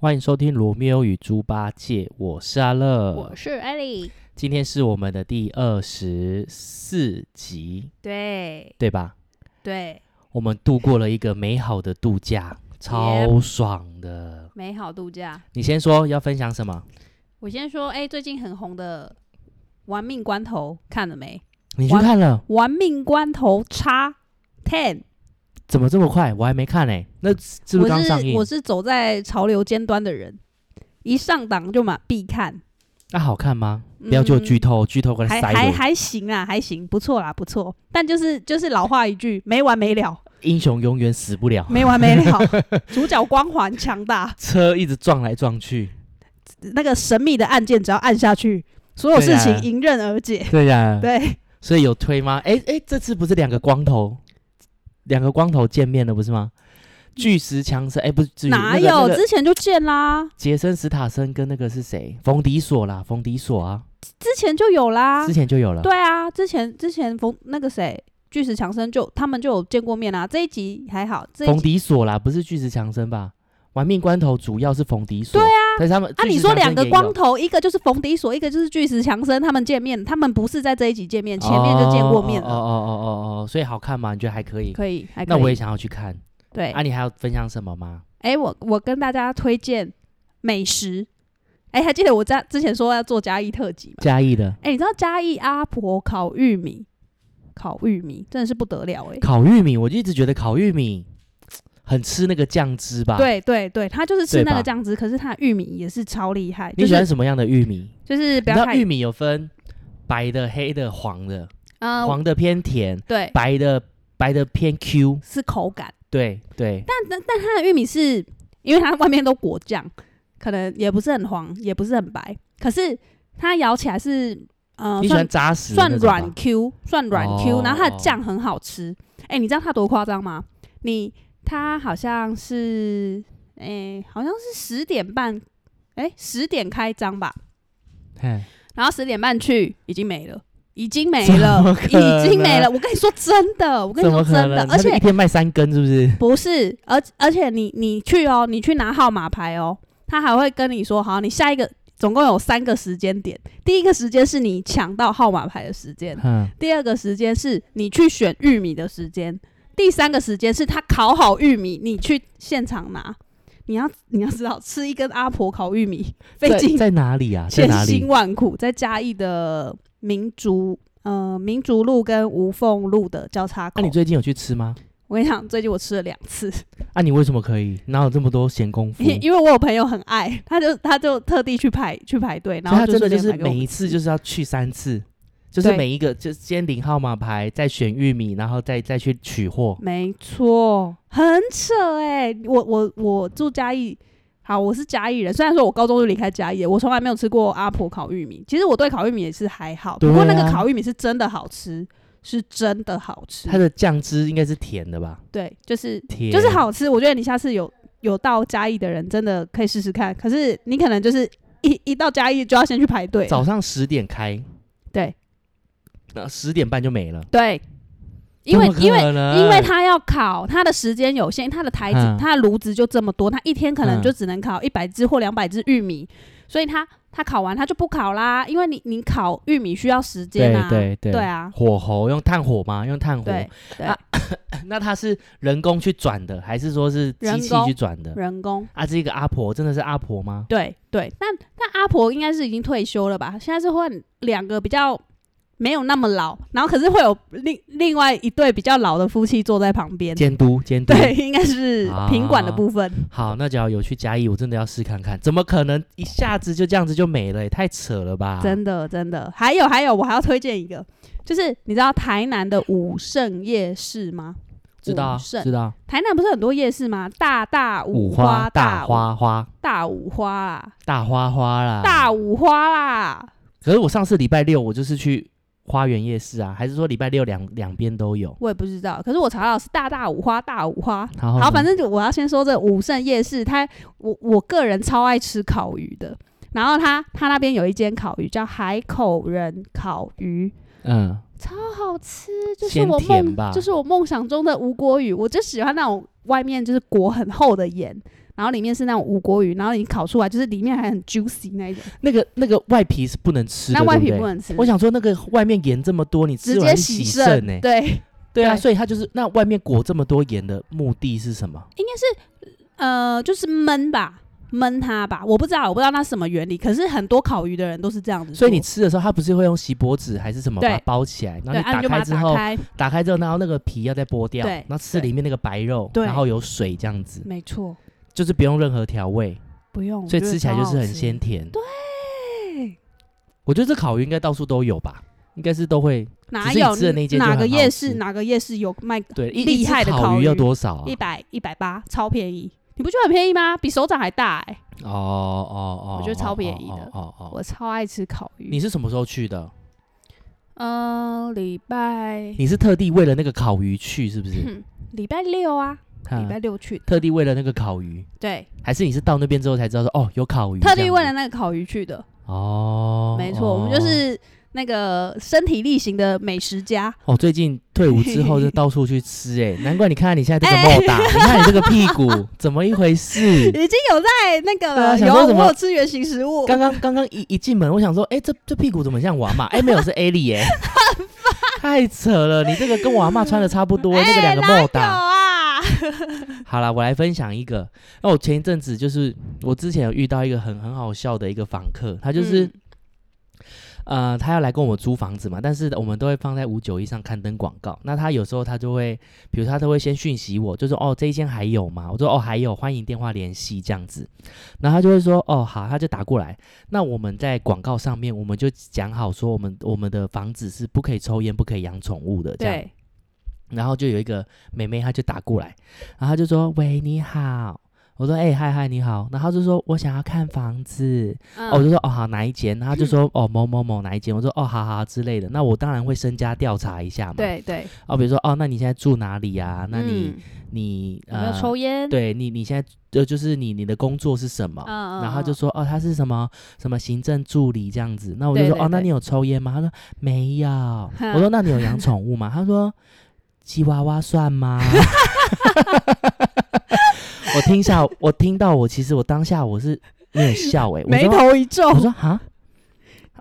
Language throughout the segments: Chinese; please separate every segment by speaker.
Speaker 1: 欢迎收听《罗密欧与猪八戒》，我是阿乐
Speaker 2: 我，是艾莉，
Speaker 1: 今天是我们的第二十四集，
Speaker 2: 对
Speaker 1: 对吧？
Speaker 2: 对，
Speaker 1: 我们度过了一个美好的度假，超爽的。
Speaker 2: 美好度假。
Speaker 1: 你先说要分享什么？
Speaker 2: 我先说，哎、最近很红的《玩命关头》看了没？
Speaker 1: 你去看了，
Speaker 2: 《玩命关头》叉 ten，
Speaker 1: 怎么这么快？我还没看呢、那是不
Speaker 2: 我
Speaker 1: 是刚上
Speaker 2: 是
Speaker 1: 映
Speaker 2: 我？是走在潮流尖端的人，一上档就嘛必看。
Speaker 1: 那、好看吗？不要就
Speaker 2: 嗯
Speaker 1: 剧透，剧透跟
Speaker 2: 还
Speaker 1: 塞
Speaker 2: 还
Speaker 1: 了。
Speaker 2: 还行啊，还行，不错啦，不错。但就是就是老话一句，没完没了，
Speaker 1: 英雄永远死不了，
Speaker 2: 没完没了。 主角光环强大，
Speaker 1: 车一直撞来撞去。
Speaker 2: 那个神秘的按键只要按下去，所有
Speaker 1: 对
Speaker 2: 事
Speaker 1: 啊
Speaker 2: 情迎刃而解。
Speaker 1: 对啊呀、
Speaker 2: 对，
Speaker 1: 所以有推吗？哎哎，这次不是两个光头，两个光头见面了不是吗？巨石强森，哎，不是至于
Speaker 2: 哪
Speaker 1: 那个
Speaker 2: 有？
Speaker 1: 那个
Speaker 2: 之前就见啦，
Speaker 1: 杰森·史塔森跟那个是谁？冯迪索啦，冯迪索啊，
Speaker 2: 之前就有啦
Speaker 1: 之。前就有了。
Speaker 2: 对啊，之前之前冯那个谁，巨石强森就他们就有见过面啊。这一集还好，这一
Speaker 1: 冯
Speaker 2: 集
Speaker 1: 迪索啦，不是巨石强森吧？玩命关头主要是冯迪索，对啊，但是他们
Speaker 2: 啊，
Speaker 1: 巨
Speaker 2: 你
Speaker 1: 石
Speaker 2: 说
Speaker 1: 强森
Speaker 2: 两个
Speaker 1: 也有
Speaker 2: 光头，一个就是冯迪索，一个就是巨石强森，他们见面，他们不是在这一集见面，前面就见过面
Speaker 1: 哦哦
Speaker 2: 了。
Speaker 1: 哦哦哦哦，所以好看吗？你觉得还可以？
Speaker 2: 可以，还可
Speaker 1: 那
Speaker 2: 以。
Speaker 1: 我也想要去看。
Speaker 2: 对，
Speaker 1: 啊，你还要分享什么吗？
Speaker 2: 哎，我我跟大家推荐美食。哎，还记得我在之前说要做嘉义特辑吗？
Speaker 1: 嘉义的
Speaker 2: 哎，你知道嘉义阿婆烤玉米，烤玉米真的是不得了哎。
Speaker 1: 烤玉米，我就一直觉得烤玉米很吃那个酱汁吧。，
Speaker 2: 对对对，他就是吃
Speaker 1: 对
Speaker 2: 那
Speaker 1: 吧
Speaker 2: 个酱汁，可是它的玉米也是超厉害，
Speaker 1: 你
Speaker 2: 就
Speaker 1: 喜欢
Speaker 2: 是
Speaker 1: 什么样的玉米？
Speaker 2: 就是不
Speaker 1: 你知
Speaker 2: 要
Speaker 1: 道
Speaker 2: 太
Speaker 1: 玉米有分白的、黑的、黄的，
Speaker 2: 呃
Speaker 1: 黄的偏甜，
Speaker 2: 对
Speaker 1: 白的白的偏 Q。
Speaker 2: 是口感，
Speaker 1: 对对，
Speaker 2: 但但但它的玉米是因为它外面都裹酱，可能也不是很黄，也不是很白，可是它咬起来是呃
Speaker 1: 你喜欢
Speaker 2: 算
Speaker 1: 扎实的
Speaker 2: 算
Speaker 1: 那种吧
Speaker 2: 软 Q，算软 Q，、
Speaker 1: 哦
Speaker 2: 然后它的酱很好吃。哎、你知道它多夸张吗？你它好像是哎、好像是十点半，哎、十点开张吧，
Speaker 1: 嘿
Speaker 2: 然后十点半去已经没了，已经没
Speaker 1: 怎
Speaker 2: 了
Speaker 1: 么，可能
Speaker 2: 已经没了。我跟你说真的，我跟你
Speaker 1: 怎
Speaker 2: 说
Speaker 1: 么可
Speaker 2: 真
Speaker 1: 能？
Speaker 2: 的，
Speaker 1: 他
Speaker 2: 而
Speaker 1: 就一
Speaker 2: 且
Speaker 1: 天卖三根是不 是？
Speaker 2: 不是，而而且你你去哦，你去拿号码牌哦，他还会跟你说，好，你下一个总共有三个时间点，第一个时间是你抢到号码牌的时间，
Speaker 1: 嗯，
Speaker 2: 第二个时间是你去选玉米的时间，第三个时间是他烤好玉米，你去现场拿。你要你要知道，吃一根阿婆烤玉米 费
Speaker 1: 在
Speaker 2: 劲哦
Speaker 1: 在哪里 啊？在
Speaker 2: 千
Speaker 1: 哪
Speaker 2: 辛
Speaker 1: 里？
Speaker 2: 万苦，在嘉义的民族呃民族路跟无缝路的交叉
Speaker 1: 啊
Speaker 2: 口。
Speaker 1: 那、你最近有去吃吗？
Speaker 2: 我跟你讲，最近我吃了两次，
Speaker 1: 啊，你为什么可以？哪有这么多闲工夫？
Speaker 2: 因因为我有朋友很爱，他就他就特地去排去排队，然
Speaker 1: 所以
Speaker 2: 后
Speaker 1: 他真的
Speaker 2: 顺
Speaker 1: 就
Speaker 2: 便
Speaker 1: 是
Speaker 2: 买给我
Speaker 1: 每一次就是要去三次，就是
Speaker 2: 对
Speaker 1: 每一个就是先领号码牌，再选玉米，然后再再去取货。
Speaker 2: 没错，很扯哎、我我我住嘉义。好，我是嘉义人，虽然说我高中就离开嘉义了，我从来没有吃过阿婆烤玉米。其实我对烤玉米也是还好，不过那
Speaker 1: 对啊
Speaker 2: 个烤玉米是真的好吃，是真的好吃。
Speaker 1: 它的酱汁应该是甜的吧？
Speaker 2: 对，就是
Speaker 1: 甜
Speaker 2: 就是好吃。我觉得你下次有有到嘉义的人，真的可以试试看。可是你可能就是一一到嘉义就要先去排队，
Speaker 1: 早上十点开，
Speaker 2: 对，
Speaker 1: 那十点半就没了。
Speaker 2: 对，因为
Speaker 1: 怎么
Speaker 2: 因为
Speaker 1: 可能
Speaker 2: 因为他要烤，他的时间有限，他的台子、
Speaker 1: 嗯
Speaker 2: 他的炉子就这么多，他一天可能
Speaker 1: 嗯
Speaker 2: 就只能烤一百只或两百只玉米，所以他他烤完他就不烤啦，因为你你烤玉米需要时间
Speaker 1: 对
Speaker 2: 啊，
Speaker 1: 对对
Speaker 2: 啊，
Speaker 1: 火候用炭火吗？用炭火？
Speaker 2: 对对、
Speaker 1: 啊 那它是人工去转的，还是说是机
Speaker 2: 人
Speaker 1: 器
Speaker 2: 工
Speaker 1: 去转的？
Speaker 2: 人工。
Speaker 1: 啊，这个阿婆真的是阿婆吗？
Speaker 2: 对对，但但阿婆应该是已经退休了吧？现在是换两个比较没有那么老，然后可是会有另另外一对比较老的夫妻坐在旁边。
Speaker 1: 监督监督。
Speaker 2: 对，应该是品管的部分。
Speaker 1: 好，那只要有去嘉义，我真的要试看看，怎么可能一下子就这样子就没了、也太扯了吧！
Speaker 2: 真的真的，还有还有，我还要推荐一个，就是你知道台南的武圣夜市吗？
Speaker 1: 知道啊
Speaker 2: 武圣
Speaker 1: 知道啊，
Speaker 2: 台南不是很多夜市吗？大大
Speaker 1: 五
Speaker 2: 五
Speaker 1: 花大
Speaker 2: 大五
Speaker 1: 花花
Speaker 2: 大五花啊啦，
Speaker 1: 大花花啦。
Speaker 2: 大五花啊啦，
Speaker 1: 可是我上次礼拜六我就是去花园夜市啊，还是说礼拜六两两边都有？
Speaker 2: 我也不知道，可是我查到是大大五花大五花。
Speaker 1: 然后呢
Speaker 2: 好，反正就我要先说这武圣夜市，它我我个人超爱吃烤鱼的。然后它它那边有一间烤鱼叫海口人烤鱼，
Speaker 1: 嗯，
Speaker 2: 超好吃，就是
Speaker 1: 鲜
Speaker 2: 我
Speaker 1: 甜吧
Speaker 2: 梦，就是我梦想中的无锅鱼。我就喜欢那种外面就是裹很厚的盐，然后里面是那种无国鱼，然后你烤出来就是里面还很 juicy 那一种，
Speaker 1: 那个那个外皮是不能吃的，
Speaker 2: 那外
Speaker 1: 对
Speaker 2: 皮
Speaker 1: 不
Speaker 2: 不
Speaker 1: 对
Speaker 2: 能吃，
Speaker 1: 我想说，那个外面盐这么多，你
Speaker 2: 直
Speaker 1: 吃
Speaker 2: 接
Speaker 1: 完
Speaker 2: 洗
Speaker 1: 肾欸呢？
Speaker 2: 对，
Speaker 1: 对啊，
Speaker 2: 对
Speaker 1: 所以它就是那外面裹这么多盐的目的是什么？
Speaker 2: 应该是呃，就是焖吧，焖它吧，我不知道，我不知道那是什么原理。可是很多烤鱼的人都是这样子做，
Speaker 1: 所以你吃的时候，它不是会用锡箔纸还是什么
Speaker 2: 对
Speaker 1: 把它包起来，然后你
Speaker 2: 对，啊，
Speaker 1: 打
Speaker 2: 你就把
Speaker 1: 开
Speaker 2: 它
Speaker 1: 之
Speaker 2: 打
Speaker 1: 后，
Speaker 2: 开，
Speaker 1: 打开之后，然后那个皮要再剥掉，
Speaker 2: 对
Speaker 1: 然后吃
Speaker 2: 对
Speaker 1: 里面那个白肉，
Speaker 2: 对
Speaker 1: 然后有水这样子，
Speaker 2: 没错，
Speaker 1: 就是不用任何调味，
Speaker 2: 不用，
Speaker 1: 所以
Speaker 2: 我觉得
Speaker 1: 吃起来
Speaker 2: 超
Speaker 1: 就
Speaker 2: 好
Speaker 1: 是很
Speaker 2: 吃
Speaker 1: 鲜。甜。对，我觉得这烤鱼应该到处都有吧，应该是都会。
Speaker 2: 哪
Speaker 1: 只是
Speaker 2: 有
Speaker 1: 你吃的那间就
Speaker 2: 哪
Speaker 1: 很
Speaker 2: 个
Speaker 1: 好
Speaker 2: 夜
Speaker 1: 吃哦
Speaker 2: 市哪个夜市有卖
Speaker 1: 对，一
Speaker 2: 厉
Speaker 1: 一只
Speaker 2: 害的
Speaker 1: 烤
Speaker 2: 烤
Speaker 1: 鱼要
Speaker 2: 鱼
Speaker 1: 多少啊
Speaker 2: 一？百一百八，超便宜。你不觉得很便宜吗？比手掌还大哎、
Speaker 1: 哦哦哦，
Speaker 2: 我觉得超
Speaker 1: 哦
Speaker 2: 便
Speaker 1: 哦
Speaker 2: 宜的
Speaker 1: 哦哦哦，
Speaker 2: 我超爱吃烤
Speaker 1: 你
Speaker 2: 鱼。
Speaker 1: 是什么时候去的？
Speaker 2: 嗯、礼拜
Speaker 1: 你是特地为了那个烤鱼去是不是？
Speaker 2: 哼 礼拜六啊，礼
Speaker 1: 嗯
Speaker 2: 拜六去的。
Speaker 1: 特地为了那个烤鱼，
Speaker 2: 对，
Speaker 1: 还是你是到那边之后才知道说哦有烤鱼这
Speaker 2: 特
Speaker 1: 样子？
Speaker 2: 地为了那个烤鱼去的。
Speaker 1: 哦，
Speaker 2: 没错，我们就是那个身体力行的美食家。
Speaker 1: 哦。最近退伍之 后就到处去吃，哎，难怪你看你现在这个
Speaker 2: 哎
Speaker 1: 莫大，你看你这个屁股怎么一回 事
Speaker 2: 已？经有在那个
Speaker 1: 嗯对啊
Speaker 2: 了，
Speaker 1: 想
Speaker 2: 有
Speaker 1: 说怎么
Speaker 2: 我有吃原形食物，
Speaker 1: 刚刚刚刚一一进门，我想说，哎，这这屁股怎么像我阿妈？哎，没有是 A 莉耶，太扯了，你这个跟我阿妈穿的差不多，那个两个莫
Speaker 2: 哎有
Speaker 1: 大。
Speaker 2: 啊，
Speaker 1: 好啦，我来分享一个。那我前一阵子就是我之前有遇到一个很很好笑的一个访客，他就是、
Speaker 2: 嗯
Speaker 1: 呃，他要来跟我租房子嘛，但是我们都会放在五九一上刊登广告。那他有时候他就会，比如他都会先讯息我，就说哦这一间还有吗？我说哦还有，欢迎电话联系这样子。然后他就会说哦好，他就打过来。那我们在广告上面我们就讲好说，我们我们的房子是不可以抽烟、不可以养宠物的这样。
Speaker 2: 对，
Speaker 1: 然后就有一个妹妹，她就打过来，然后她就说：“喂，你好。”我说：“哎、嗨嗨，你好。”然后她就说：“我想要看房子。
Speaker 2: 嗯
Speaker 1: 哦，我就说：“哦，好，哪一间？”然后她就说：“哦，某某某哪一间？”我说：“哦，好好之类的。”那我当然会身家调查一下嘛。。
Speaker 2: 嗯对对，
Speaker 1: 哦，比如说，哦，那你现在住哪里啊？那你、
Speaker 2: 嗯
Speaker 1: 你
Speaker 2: 有没有
Speaker 1: 呃，
Speaker 2: 抽烟？
Speaker 1: 对你你现在呃，就是你你的工作是什么？
Speaker 2: 嗯，嗯
Speaker 1: 然后他就
Speaker 2: 嗯
Speaker 1: 说哦，他是什么什么行政助理这样子。那我就
Speaker 2: 对
Speaker 1: 说
Speaker 2: 对
Speaker 1: 哦，那
Speaker 2: 对
Speaker 1: 你有抽烟吗？他说没有。我说那你有养宠物吗？他说吉娃娃算 吗？ 我听下，我听到我其实我当下我是没有笑哎、
Speaker 2: 眉
Speaker 1: 我说
Speaker 2: 头一皱
Speaker 1: 我，说哈，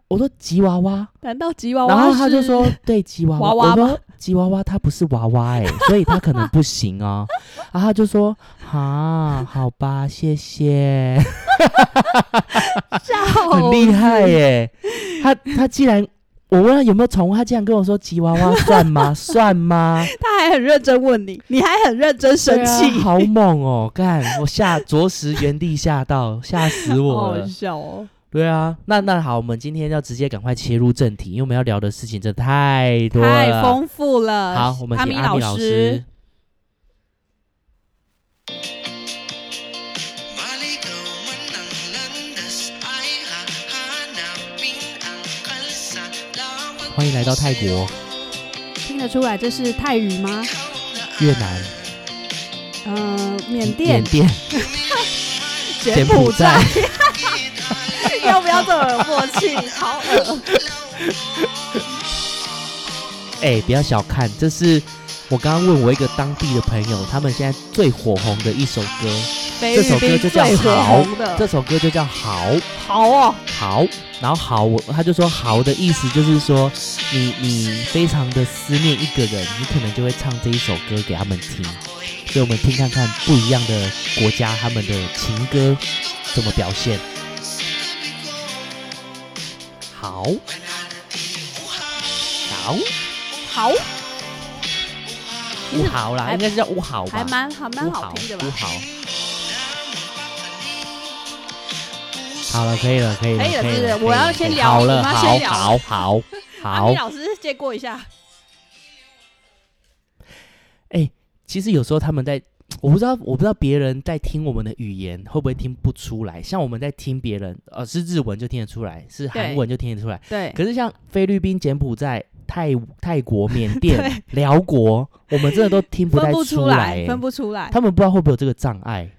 Speaker 1: 我说吉娃娃，
Speaker 2: 难道吉娃娃？
Speaker 1: 然后他就，说对吉娃
Speaker 2: 娃娃
Speaker 1: 我
Speaker 2: 吗
Speaker 1: 说吉娃娃它不是娃娃 哎、所以它可能不行哦。然后他就说啊，好吧，谢谢。
Speaker 2: 哦
Speaker 1: 很厉害耶！
Speaker 2: 嗯
Speaker 1: 他他既然我问他有没有宠物，他竟然跟我说吉娃娃算 吗？算吗？
Speaker 2: 他还很认真问你，你还很认真生
Speaker 1: 对啊
Speaker 2: 气，
Speaker 1: 好猛哦！干，我吓着实原地吓到，吓死
Speaker 2: 好
Speaker 1: 我
Speaker 2: 好
Speaker 1: 了。
Speaker 2: 笑哦。
Speaker 1: 对啊，那那好，我们今天要直接赶快切入正题，因为我们要聊的事情真的太多
Speaker 2: 太
Speaker 1: 了。
Speaker 2: 丰富了。
Speaker 1: 啊好，我们
Speaker 2: 阿
Speaker 1: 请
Speaker 2: 米
Speaker 1: 呃阿米
Speaker 2: 老
Speaker 1: 老师。
Speaker 3: Maligaw man ang landas ay hahanapin ang kalsadaman
Speaker 1: 欢迎来到泰国、
Speaker 2: 听得出来这是泰语吗？
Speaker 1: 越南、
Speaker 2: 嗯，缅
Speaker 1: 缅
Speaker 2: 甸、
Speaker 1: 甸、
Speaker 2: 柬
Speaker 1: 柬埔寨，
Speaker 2: 要不要这么有默契？好呃恶！
Speaker 1: 哎、不要小看，这是我刚刚问我一个当地的朋友，他们现在最火红的一首歌，
Speaker 2: 菲
Speaker 1: 这
Speaker 2: 律
Speaker 1: 首歌
Speaker 2: 宾
Speaker 1: 就叫
Speaker 2: 最火
Speaker 1: 好
Speaker 2: 红
Speaker 1: 这
Speaker 2: 的，
Speaker 1: 首歌就叫《豪
Speaker 2: 好哦，
Speaker 1: 豪》，然后豪我他就说豪的意思就是说你你非常的思念一个人，你可能就会唱这一首歌给他们听，所以我们听看看不一样的国家他们的情歌怎么表现。豪豪
Speaker 2: 好，
Speaker 1: 乌豪啦，
Speaker 2: 还
Speaker 1: 应该是叫乌豪吧
Speaker 2: 还？蛮还蛮
Speaker 1: 乌
Speaker 2: 好
Speaker 1: 豪
Speaker 2: 听的
Speaker 1: 乌
Speaker 2: 吧？
Speaker 1: 豪。好了，可以了，可以了，
Speaker 2: 可以了
Speaker 1: 以
Speaker 2: 是不是
Speaker 1: 了，可以
Speaker 2: 我要
Speaker 1: 了
Speaker 2: 先
Speaker 1: 可以
Speaker 2: 聊
Speaker 1: 好
Speaker 2: 我
Speaker 1: 了，
Speaker 2: 们要
Speaker 1: 好
Speaker 2: 先聊
Speaker 1: 好好
Speaker 2: 阿
Speaker 1: 好。
Speaker 2: 米啊老师借过一下，
Speaker 1: 其实有时候他们在，我不知道，我不知道别人在听我们的语言会不会听不出来。像我们在听别人，呃，是日文就听得出来，是韩
Speaker 2: 对
Speaker 1: 文就听得出来。
Speaker 2: 对，
Speaker 1: 可是像菲律宾、柬埔寨、泰泰国、缅 甸、辽国，我们真的都听不
Speaker 2: 分
Speaker 1: 太
Speaker 2: 不
Speaker 1: 出
Speaker 2: 出
Speaker 1: 来欸。
Speaker 2: 来，分不出来。
Speaker 1: 他们不知道会不会有这个障碍。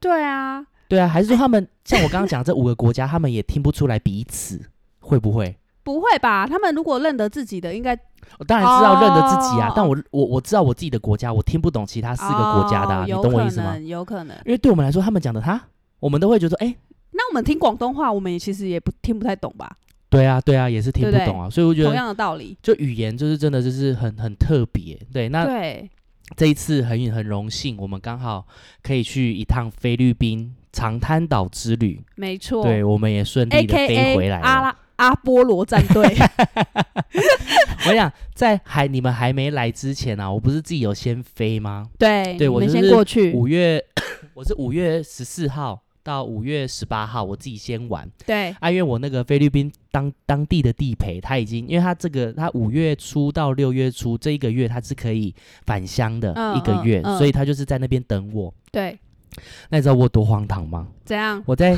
Speaker 2: 对啊，
Speaker 1: 对啊，还是说他们像我刚刚讲这五个国家，他们也听不出来彼此会不会？
Speaker 2: 不会会吧？他们如果认得自己的，应该
Speaker 1: 我当然知道认得自己啊，
Speaker 2: 哦
Speaker 1: 但我我我知道我自己的国家，我听不懂其他四个国家的、啊，
Speaker 2: 哦
Speaker 1: 你
Speaker 2: 有
Speaker 1: 懂我
Speaker 2: 可
Speaker 1: 意思吗？
Speaker 2: 能有可能。
Speaker 1: 因为对我们来说，他们讲的他，我们都会觉得哎、
Speaker 2: 那我们听广东话，我们也其实也不听不太懂吧？
Speaker 1: 对啊，对啊，也是听不
Speaker 2: 对不对
Speaker 1: 懂啊，所以我觉
Speaker 2: 同
Speaker 1: 得
Speaker 2: 样的道理。
Speaker 1: 就语言就是真的就是很很特别。对，那
Speaker 2: 对，
Speaker 1: 这一次很很荣幸，我们刚好可以去一趟菲律宾长滩岛之旅，
Speaker 2: 没错。
Speaker 1: 对，我们也顺利
Speaker 2: A
Speaker 1: 的
Speaker 2: K
Speaker 1: 飞回
Speaker 2: A
Speaker 1: 来了。
Speaker 2: 阿拉阿波罗战 队，
Speaker 1: 我想在还你们还没来之前啊，我不是自己有先飞吗？
Speaker 2: 对，
Speaker 1: 对
Speaker 2: 你
Speaker 1: 我
Speaker 2: 们
Speaker 1: 就
Speaker 2: 先
Speaker 1: 是
Speaker 2: 过去，
Speaker 1: 五月 我是五月十四号到五月十八号，我自己先玩。
Speaker 2: 对，
Speaker 1: 啊，因为我那个菲律宾当当地的地陪，他已经，因为他这个他五月初到六月初这一个月他是可以返乡的
Speaker 2: 嗯
Speaker 1: 一个月，
Speaker 2: 嗯嗯
Speaker 1: 所以他就是在那边等我。
Speaker 2: 对，
Speaker 1: 那你知道我多荒唐吗？
Speaker 2: 怎样？
Speaker 1: 我 在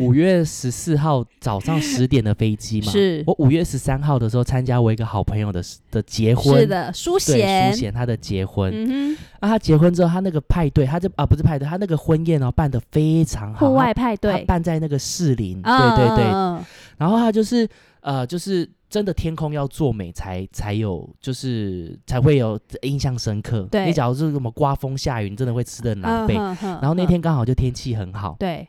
Speaker 1: 五月十四号早上十点的飞机嘛，
Speaker 2: 是
Speaker 1: 我五月十三号的时候参加我一个好朋友的的结婚，
Speaker 2: 是的，舒
Speaker 1: 对，
Speaker 2: 贤
Speaker 1: 苏，贤他的结婚。
Speaker 2: 嗯
Speaker 1: 啊，他结婚之后，他那个派对，他这啊不是派对，他那个婚宴哦办得非常
Speaker 2: 哼，
Speaker 1: 好，
Speaker 2: 户外派
Speaker 1: 他他
Speaker 2: 对，
Speaker 1: 办在那个士林，
Speaker 2: 嗯
Speaker 1: 对对对，
Speaker 2: 嗯嗯
Speaker 1: 然后他就是呃，就是真的天空要做美才才有，就是才会有印象深刻。
Speaker 2: 对
Speaker 1: 你假如是什么刮风下雨，你真的会吃的很狼狈。
Speaker 2: 嗯哼
Speaker 1: 然后那
Speaker 2: 哼
Speaker 1: 天刚好就天气很好，
Speaker 2: 对，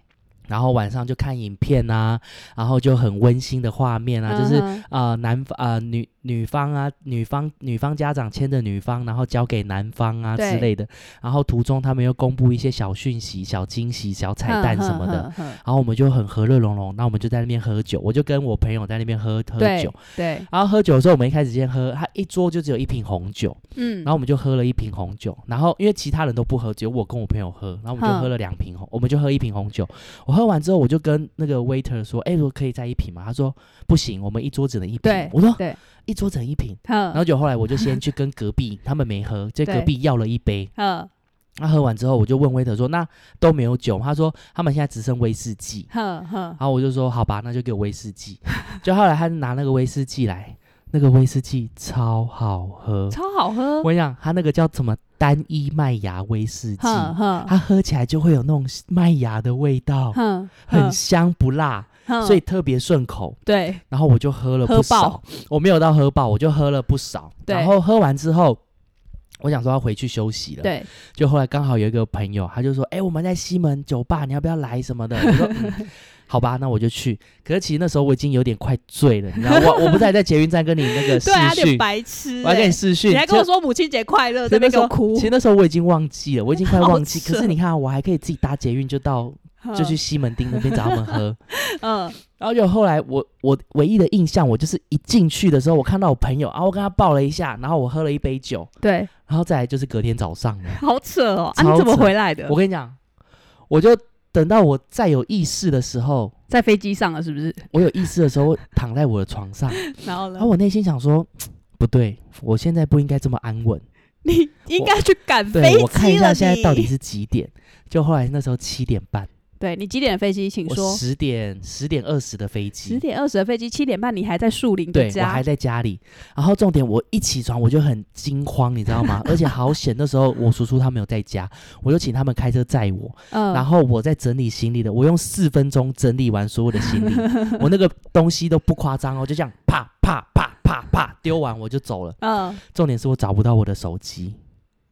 Speaker 1: 然后晚上就看影片啊，然后就很温馨的画面啊，就是
Speaker 2: 嗯哼
Speaker 1: 呃男方呃女女方啊，女方女方家长牵着女方，然后交给男方啊
Speaker 2: 对
Speaker 1: 之类的，然后途中他们又公布一些小讯息、小惊喜、小彩蛋什么的，，
Speaker 2: 哼哼哼哼
Speaker 1: 然后我们就很和乐融融，那我们就在那边喝酒，我就跟我朋友在那边喝喝酒
Speaker 2: 对。嗯对，
Speaker 1: 然后喝酒的时候，我们一开始先喝，他一桌就只有一瓶红酒，
Speaker 2: 嗯，
Speaker 1: 然后我们就喝了一瓶红酒，然后因为其他人都不喝，只有我跟我朋友喝，然后我们就
Speaker 2: 哼
Speaker 1: 喝了两瓶红，我们就喝一瓶红酒。我喝完之后，我就跟那个 waiter 说：“哎、我可以再一瓶吗？”他说：“不行，我们一桌只能一瓶
Speaker 2: 对。”
Speaker 1: 我说
Speaker 2: 对，：“
Speaker 1: 一桌只能一瓶。”嗯
Speaker 2: 然
Speaker 1: 然后就后来我就先去跟隔壁，他们没喝，就隔
Speaker 2: 对
Speaker 1: 壁要了一杯。
Speaker 2: 呵
Speaker 1: 那喝完之后，我就问 waiter 说：“那都没有酒吗？”他说：“他们现在只剩威士忌。”嗯
Speaker 2: 呵呵
Speaker 1: 然，后我就说好吧，那就给我威士忌。就后来他拿那个威士忌来，那个威士忌超好喝。
Speaker 2: 超好喝
Speaker 1: 我，跟你讲，他那个叫什么单一麦芽威士忌，
Speaker 2: 哼哼
Speaker 1: 它喝起来就会有那种麦芽的味道，
Speaker 2: 哼，
Speaker 1: 很香不辣，
Speaker 2: 哼
Speaker 1: 所以特别顺口。
Speaker 2: 对
Speaker 1: 然后我就喝了不
Speaker 2: 喝
Speaker 1: 少
Speaker 2: 爆，
Speaker 1: 我没有到喝爆，我就喝了不少。
Speaker 2: 对
Speaker 1: 然后喝完之后。我想说要回去休息了，
Speaker 2: 对
Speaker 1: 就后来刚好有一个朋友，他就说：“哎、我们在西门酒吧，你要不要来什么的？”我说：“ 嗯好吧，那我就去。”可是其实那时候我已经有点快醉了，你知道，我我不是还在捷运站跟你那个视
Speaker 2: 对啊，有点
Speaker 1: 讯，
Speaker 2: 白痴
Speaker 1: 我还跟你
Speaker 2: 欸，
Speaker 1: 视讯，
Speaker 2: 你还跟我
Speaker 1: 就
Speaker 2: 说母亲节快乐，
Speaker 1: 对
Speaker 2: 在那边
Speaker 1: 时
Speaker 2: 给
Speaker 1: 候
Speaker 2: 我哭
Speaker 1: 其，实那时候我已经忘记了，我已经快
Speaker 2: 好
Speaker 1: 忘记。可是
Speaker 2: 扯
Speaker 1: 你看啊，我还可以自己搭捷运就到，就去西门町那边找他们喝。
Speaker 2: 嗯，
Speaker 1: 然后就后来我我唯一的印象，我就是一进去的时候，我看到我朋友，然啊后我跟他抱了一下，然后我喝了一杯酒，
Speaker 2: 对，
Speaker 1: 然后再来就是隔天早上 了。
Speaker 2: 好扯哦，啊，
Speaker 1: 超
Speaker 2: 你怎么
Speaker 1: 扯
Speaker 2: 回来的
Speaker 1: 我？跟你讲，我就等到我再有意识的时候，
Speaker 2: 在飞机上了是 不是？
Speaker 1: 我有意识的时候，我躺在我的床上，
Speaker 2: 然后呢
Speaker 1: 啊然后？我内心想说，不对，我现在不应该这么安稳。
Speaker 2: 你应该去赶飞机
Speaker 1: 对
Speaker 2: 了。
Speaker 1: 我看一下现在到底
Speaker 2: 你
Speaker 1: 是几点？就后来那时候七点半，
Speaker 2: 对你几点的飞机？请
Speaker 1: 我
Speaker 2: 说。
Speaker 1: 十点十点二十的飞
Speaker 2: 十
Speaker 1: 机，
Speaker 2: 点二十的飞机，七点半你还在树林
Speaker 1: 对
Speaker 2: 的
Speaker 1: 我还
Speaker 2: 家，
Speaker 1: 在家里。然后重点，我一起床我就很惊慌，你知道吗？而且好险，那时候我叔叔他没有在家，我就请他们开车载我。
Speaker 2: 嗯，
Speaker 1: 然后我在整理行李的，我用四分钟整理完所有的行李， 我那个东西都不夸张哦，就这样啪啪啪啪啪丢完我就走了。
Speaker 2: 嗯
Speaker 1: 重点是我找不到我的手机，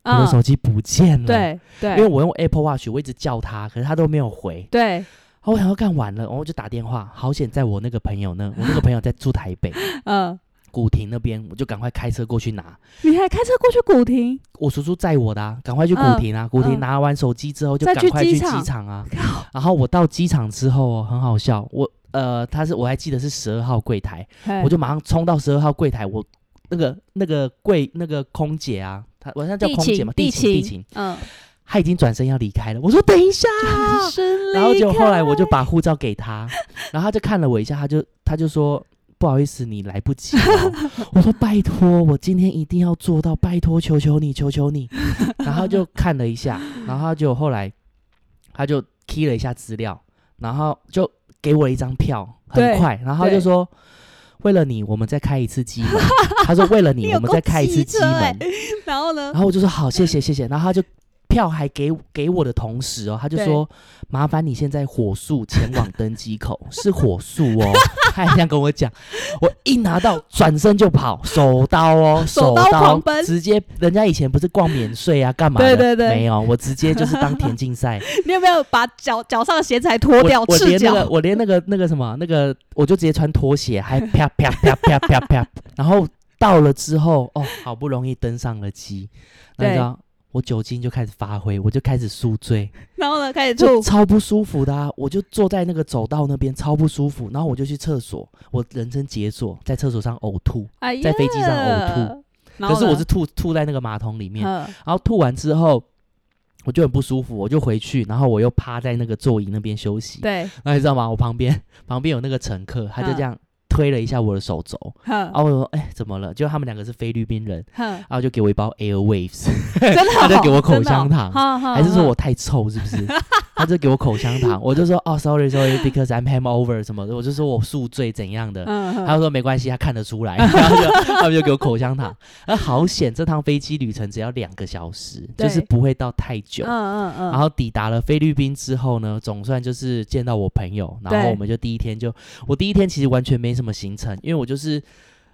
Speaker 1: 我的
Speaker 2: 嗯，
Speaker 1: 手机不见了。，
Speaker 2: 对
Speaker 1: 因为
Speaker 2: 对
Speaker 1: 我用 Apple Watch，我一直叫他，可是他都没有回。
Speaker 2: 对，
Speaker 1: 啊我想要干完了，然后我就打电话，好险在我那个朋友那，我那个朋友在住台 北
Speaker 2: 嗯，
Speaker 1: 古亭那边，我就赶快开车过去拿。
Speaker 2: 你还开车过去古亭，
Speaker 1: 我叔叔载我的、啊，赶快去古亭啊！古亭
Speaker 2: 嗯
Speaker 1: 拿完手机之后，就
Speaker 2: 再
Speaker 1: 赶
Speaker 2: 去
Speaker 1: 快
Speaker 2: 机
Speaker 1: 去机
Speaker 2: 场
Speaker 1: 场 啊。然后我到机场之后哦，很好笑，我呃，他是我还记得是十二号柜台，我
Speaker 2: 就
Speaker 1: 就马上冲到十二号柜台，我那个那个柜那个空姐啊，她我现在叫空姐嘛，地勤地勤，，
Speaker 2: 嗯，
Speaker 1: 她已经转身要离开了，我说等一下，
Speaker 2: 啊
Speaker 1: 然后就后来我就把护照给她， 然后她就看了我一下，她就她就说。不好意思，你来不及了 哦。我说拜托，我今天一定要做到，拜托，求求你，求求 你。然后她就看了一下，然后她就后来他就 key 了一下资料，然后就给我一张票，很
Speaker 2: 对
Speaker 1: 快，然后他就
Speaker 2: 对
Speaker 1: 说。为了你，我们再开一次机门。他说：“为了你，
Speaker 2: 你有
Speaker 1: 我们
Speaker 2: 够
Speaker 1: 再开一次
Speaker 2: 机
Speaker 1: 机
Speaker 2: 车欸
Speaker 1: 门。
Speaker 2: 然后呢嗯
Speaker 1: 然？后我就说：“好，谢谢，谢谢。”然后他就票还给给我的同时哦，他就
Speaker 2: 对
Speaker 1: 说麻烦你现在火速前往登机口，是火速哦， 他还这样跟我讲，我一拿到转身就跑，手刀哦，
Speaker 2: 手
Speaker 1: 手
Speaker 2: 刀狂奔
Speaker 1: 直接人家以前不是逛免税啊，干嘛的？
Speaker 2: 对对对
Speaker 1: 没有，我直接就是当田径赛，
Speaker 2: 你有没有把脚脚上的鞋子还脱
Speaker 1: 我
Speaker 2: 掉
Speaker 1: 我
Speaker 2: 赤
Speaker 1: 连那个
Speaker 2: 脚？
Speaker 1: 我连那个那个什么那个，我就直接穿拖鞋，还啪啪啪啪啪啪，然后到了之后，哦，好不容易登上了机，那你知
Speaker 2: 对
Speaker 1: 道我酒精就开始发挥，我就开始宿醉，
Speaker 2: 然后呢，开始
Speaker 1: 就
Speaker 2: 吐。
Speaker 1: 超不舒服的、啊，我就坐在那个走道那边超不舒服，然后我就去厕所，我人生解锁，在厕所上呕吐，
Speaker 2: 哎呀，嗯
Speaker 1: 在飞机上呕
Speaker 2: 吐。
Speaker 1: 可
Speaker 2: 然后
Speaker 1: 是我
Speaker 2: 呢
Speaker 1: 是吐吐在那个马桶里面，
Speaker 2: 嗯
Speaker 1: 然后吐完之后。我就很不舒服，我就回去，然后我又趴在那个座椅那边休息。
Speaker 2: 对，
Speaker 1: 那你知道吗？我旁边旁边有那个乘客，他就
Speaker 2: 嗯
Speaker 1: 这样推了一下我的手肘，
Speaker 2: 哼
Speaker 1: 然后我就说：“哎、怎么了？”就他们两个是菲律宾人，
Speaker 2: 哼，
Speaker 1: 然后就给我一包 Airwaves，
Speaker 2: 真的
Speaker 1: 他就
Speaker 2: 哦
Speaker 1: 给我口
Speaker 2: 真的哦
Speaker 1: 香糖
Speaker 2: 哼 哼
Speaker 1: 还是说
Speaker 2: 哼
Speaker 1: 我太臭是不是？ 他就给我口香糖，我就说：“哦，sorry sorry，because I'm hangover 什么的，我就说我宿醉怎样的。
Speaker 2: 嗯哼
Speaker 1: 他就说没关系，他看得出来，然 后就他们就给我口香糖。那好险，这趟飞机旅程只要两个小时，就是
Speaker 2: 对
Speaker 1: 不会到太久。
Speaker 2: 嗯嗯嗯，
Speaker 1: 然后抵达了菲律宾之后呢，总算就是见到我朋友，然后
Speaker 2: 对
Speaker 1: 我们就第一天就，我第一天其实完全没什么行程，因为我就是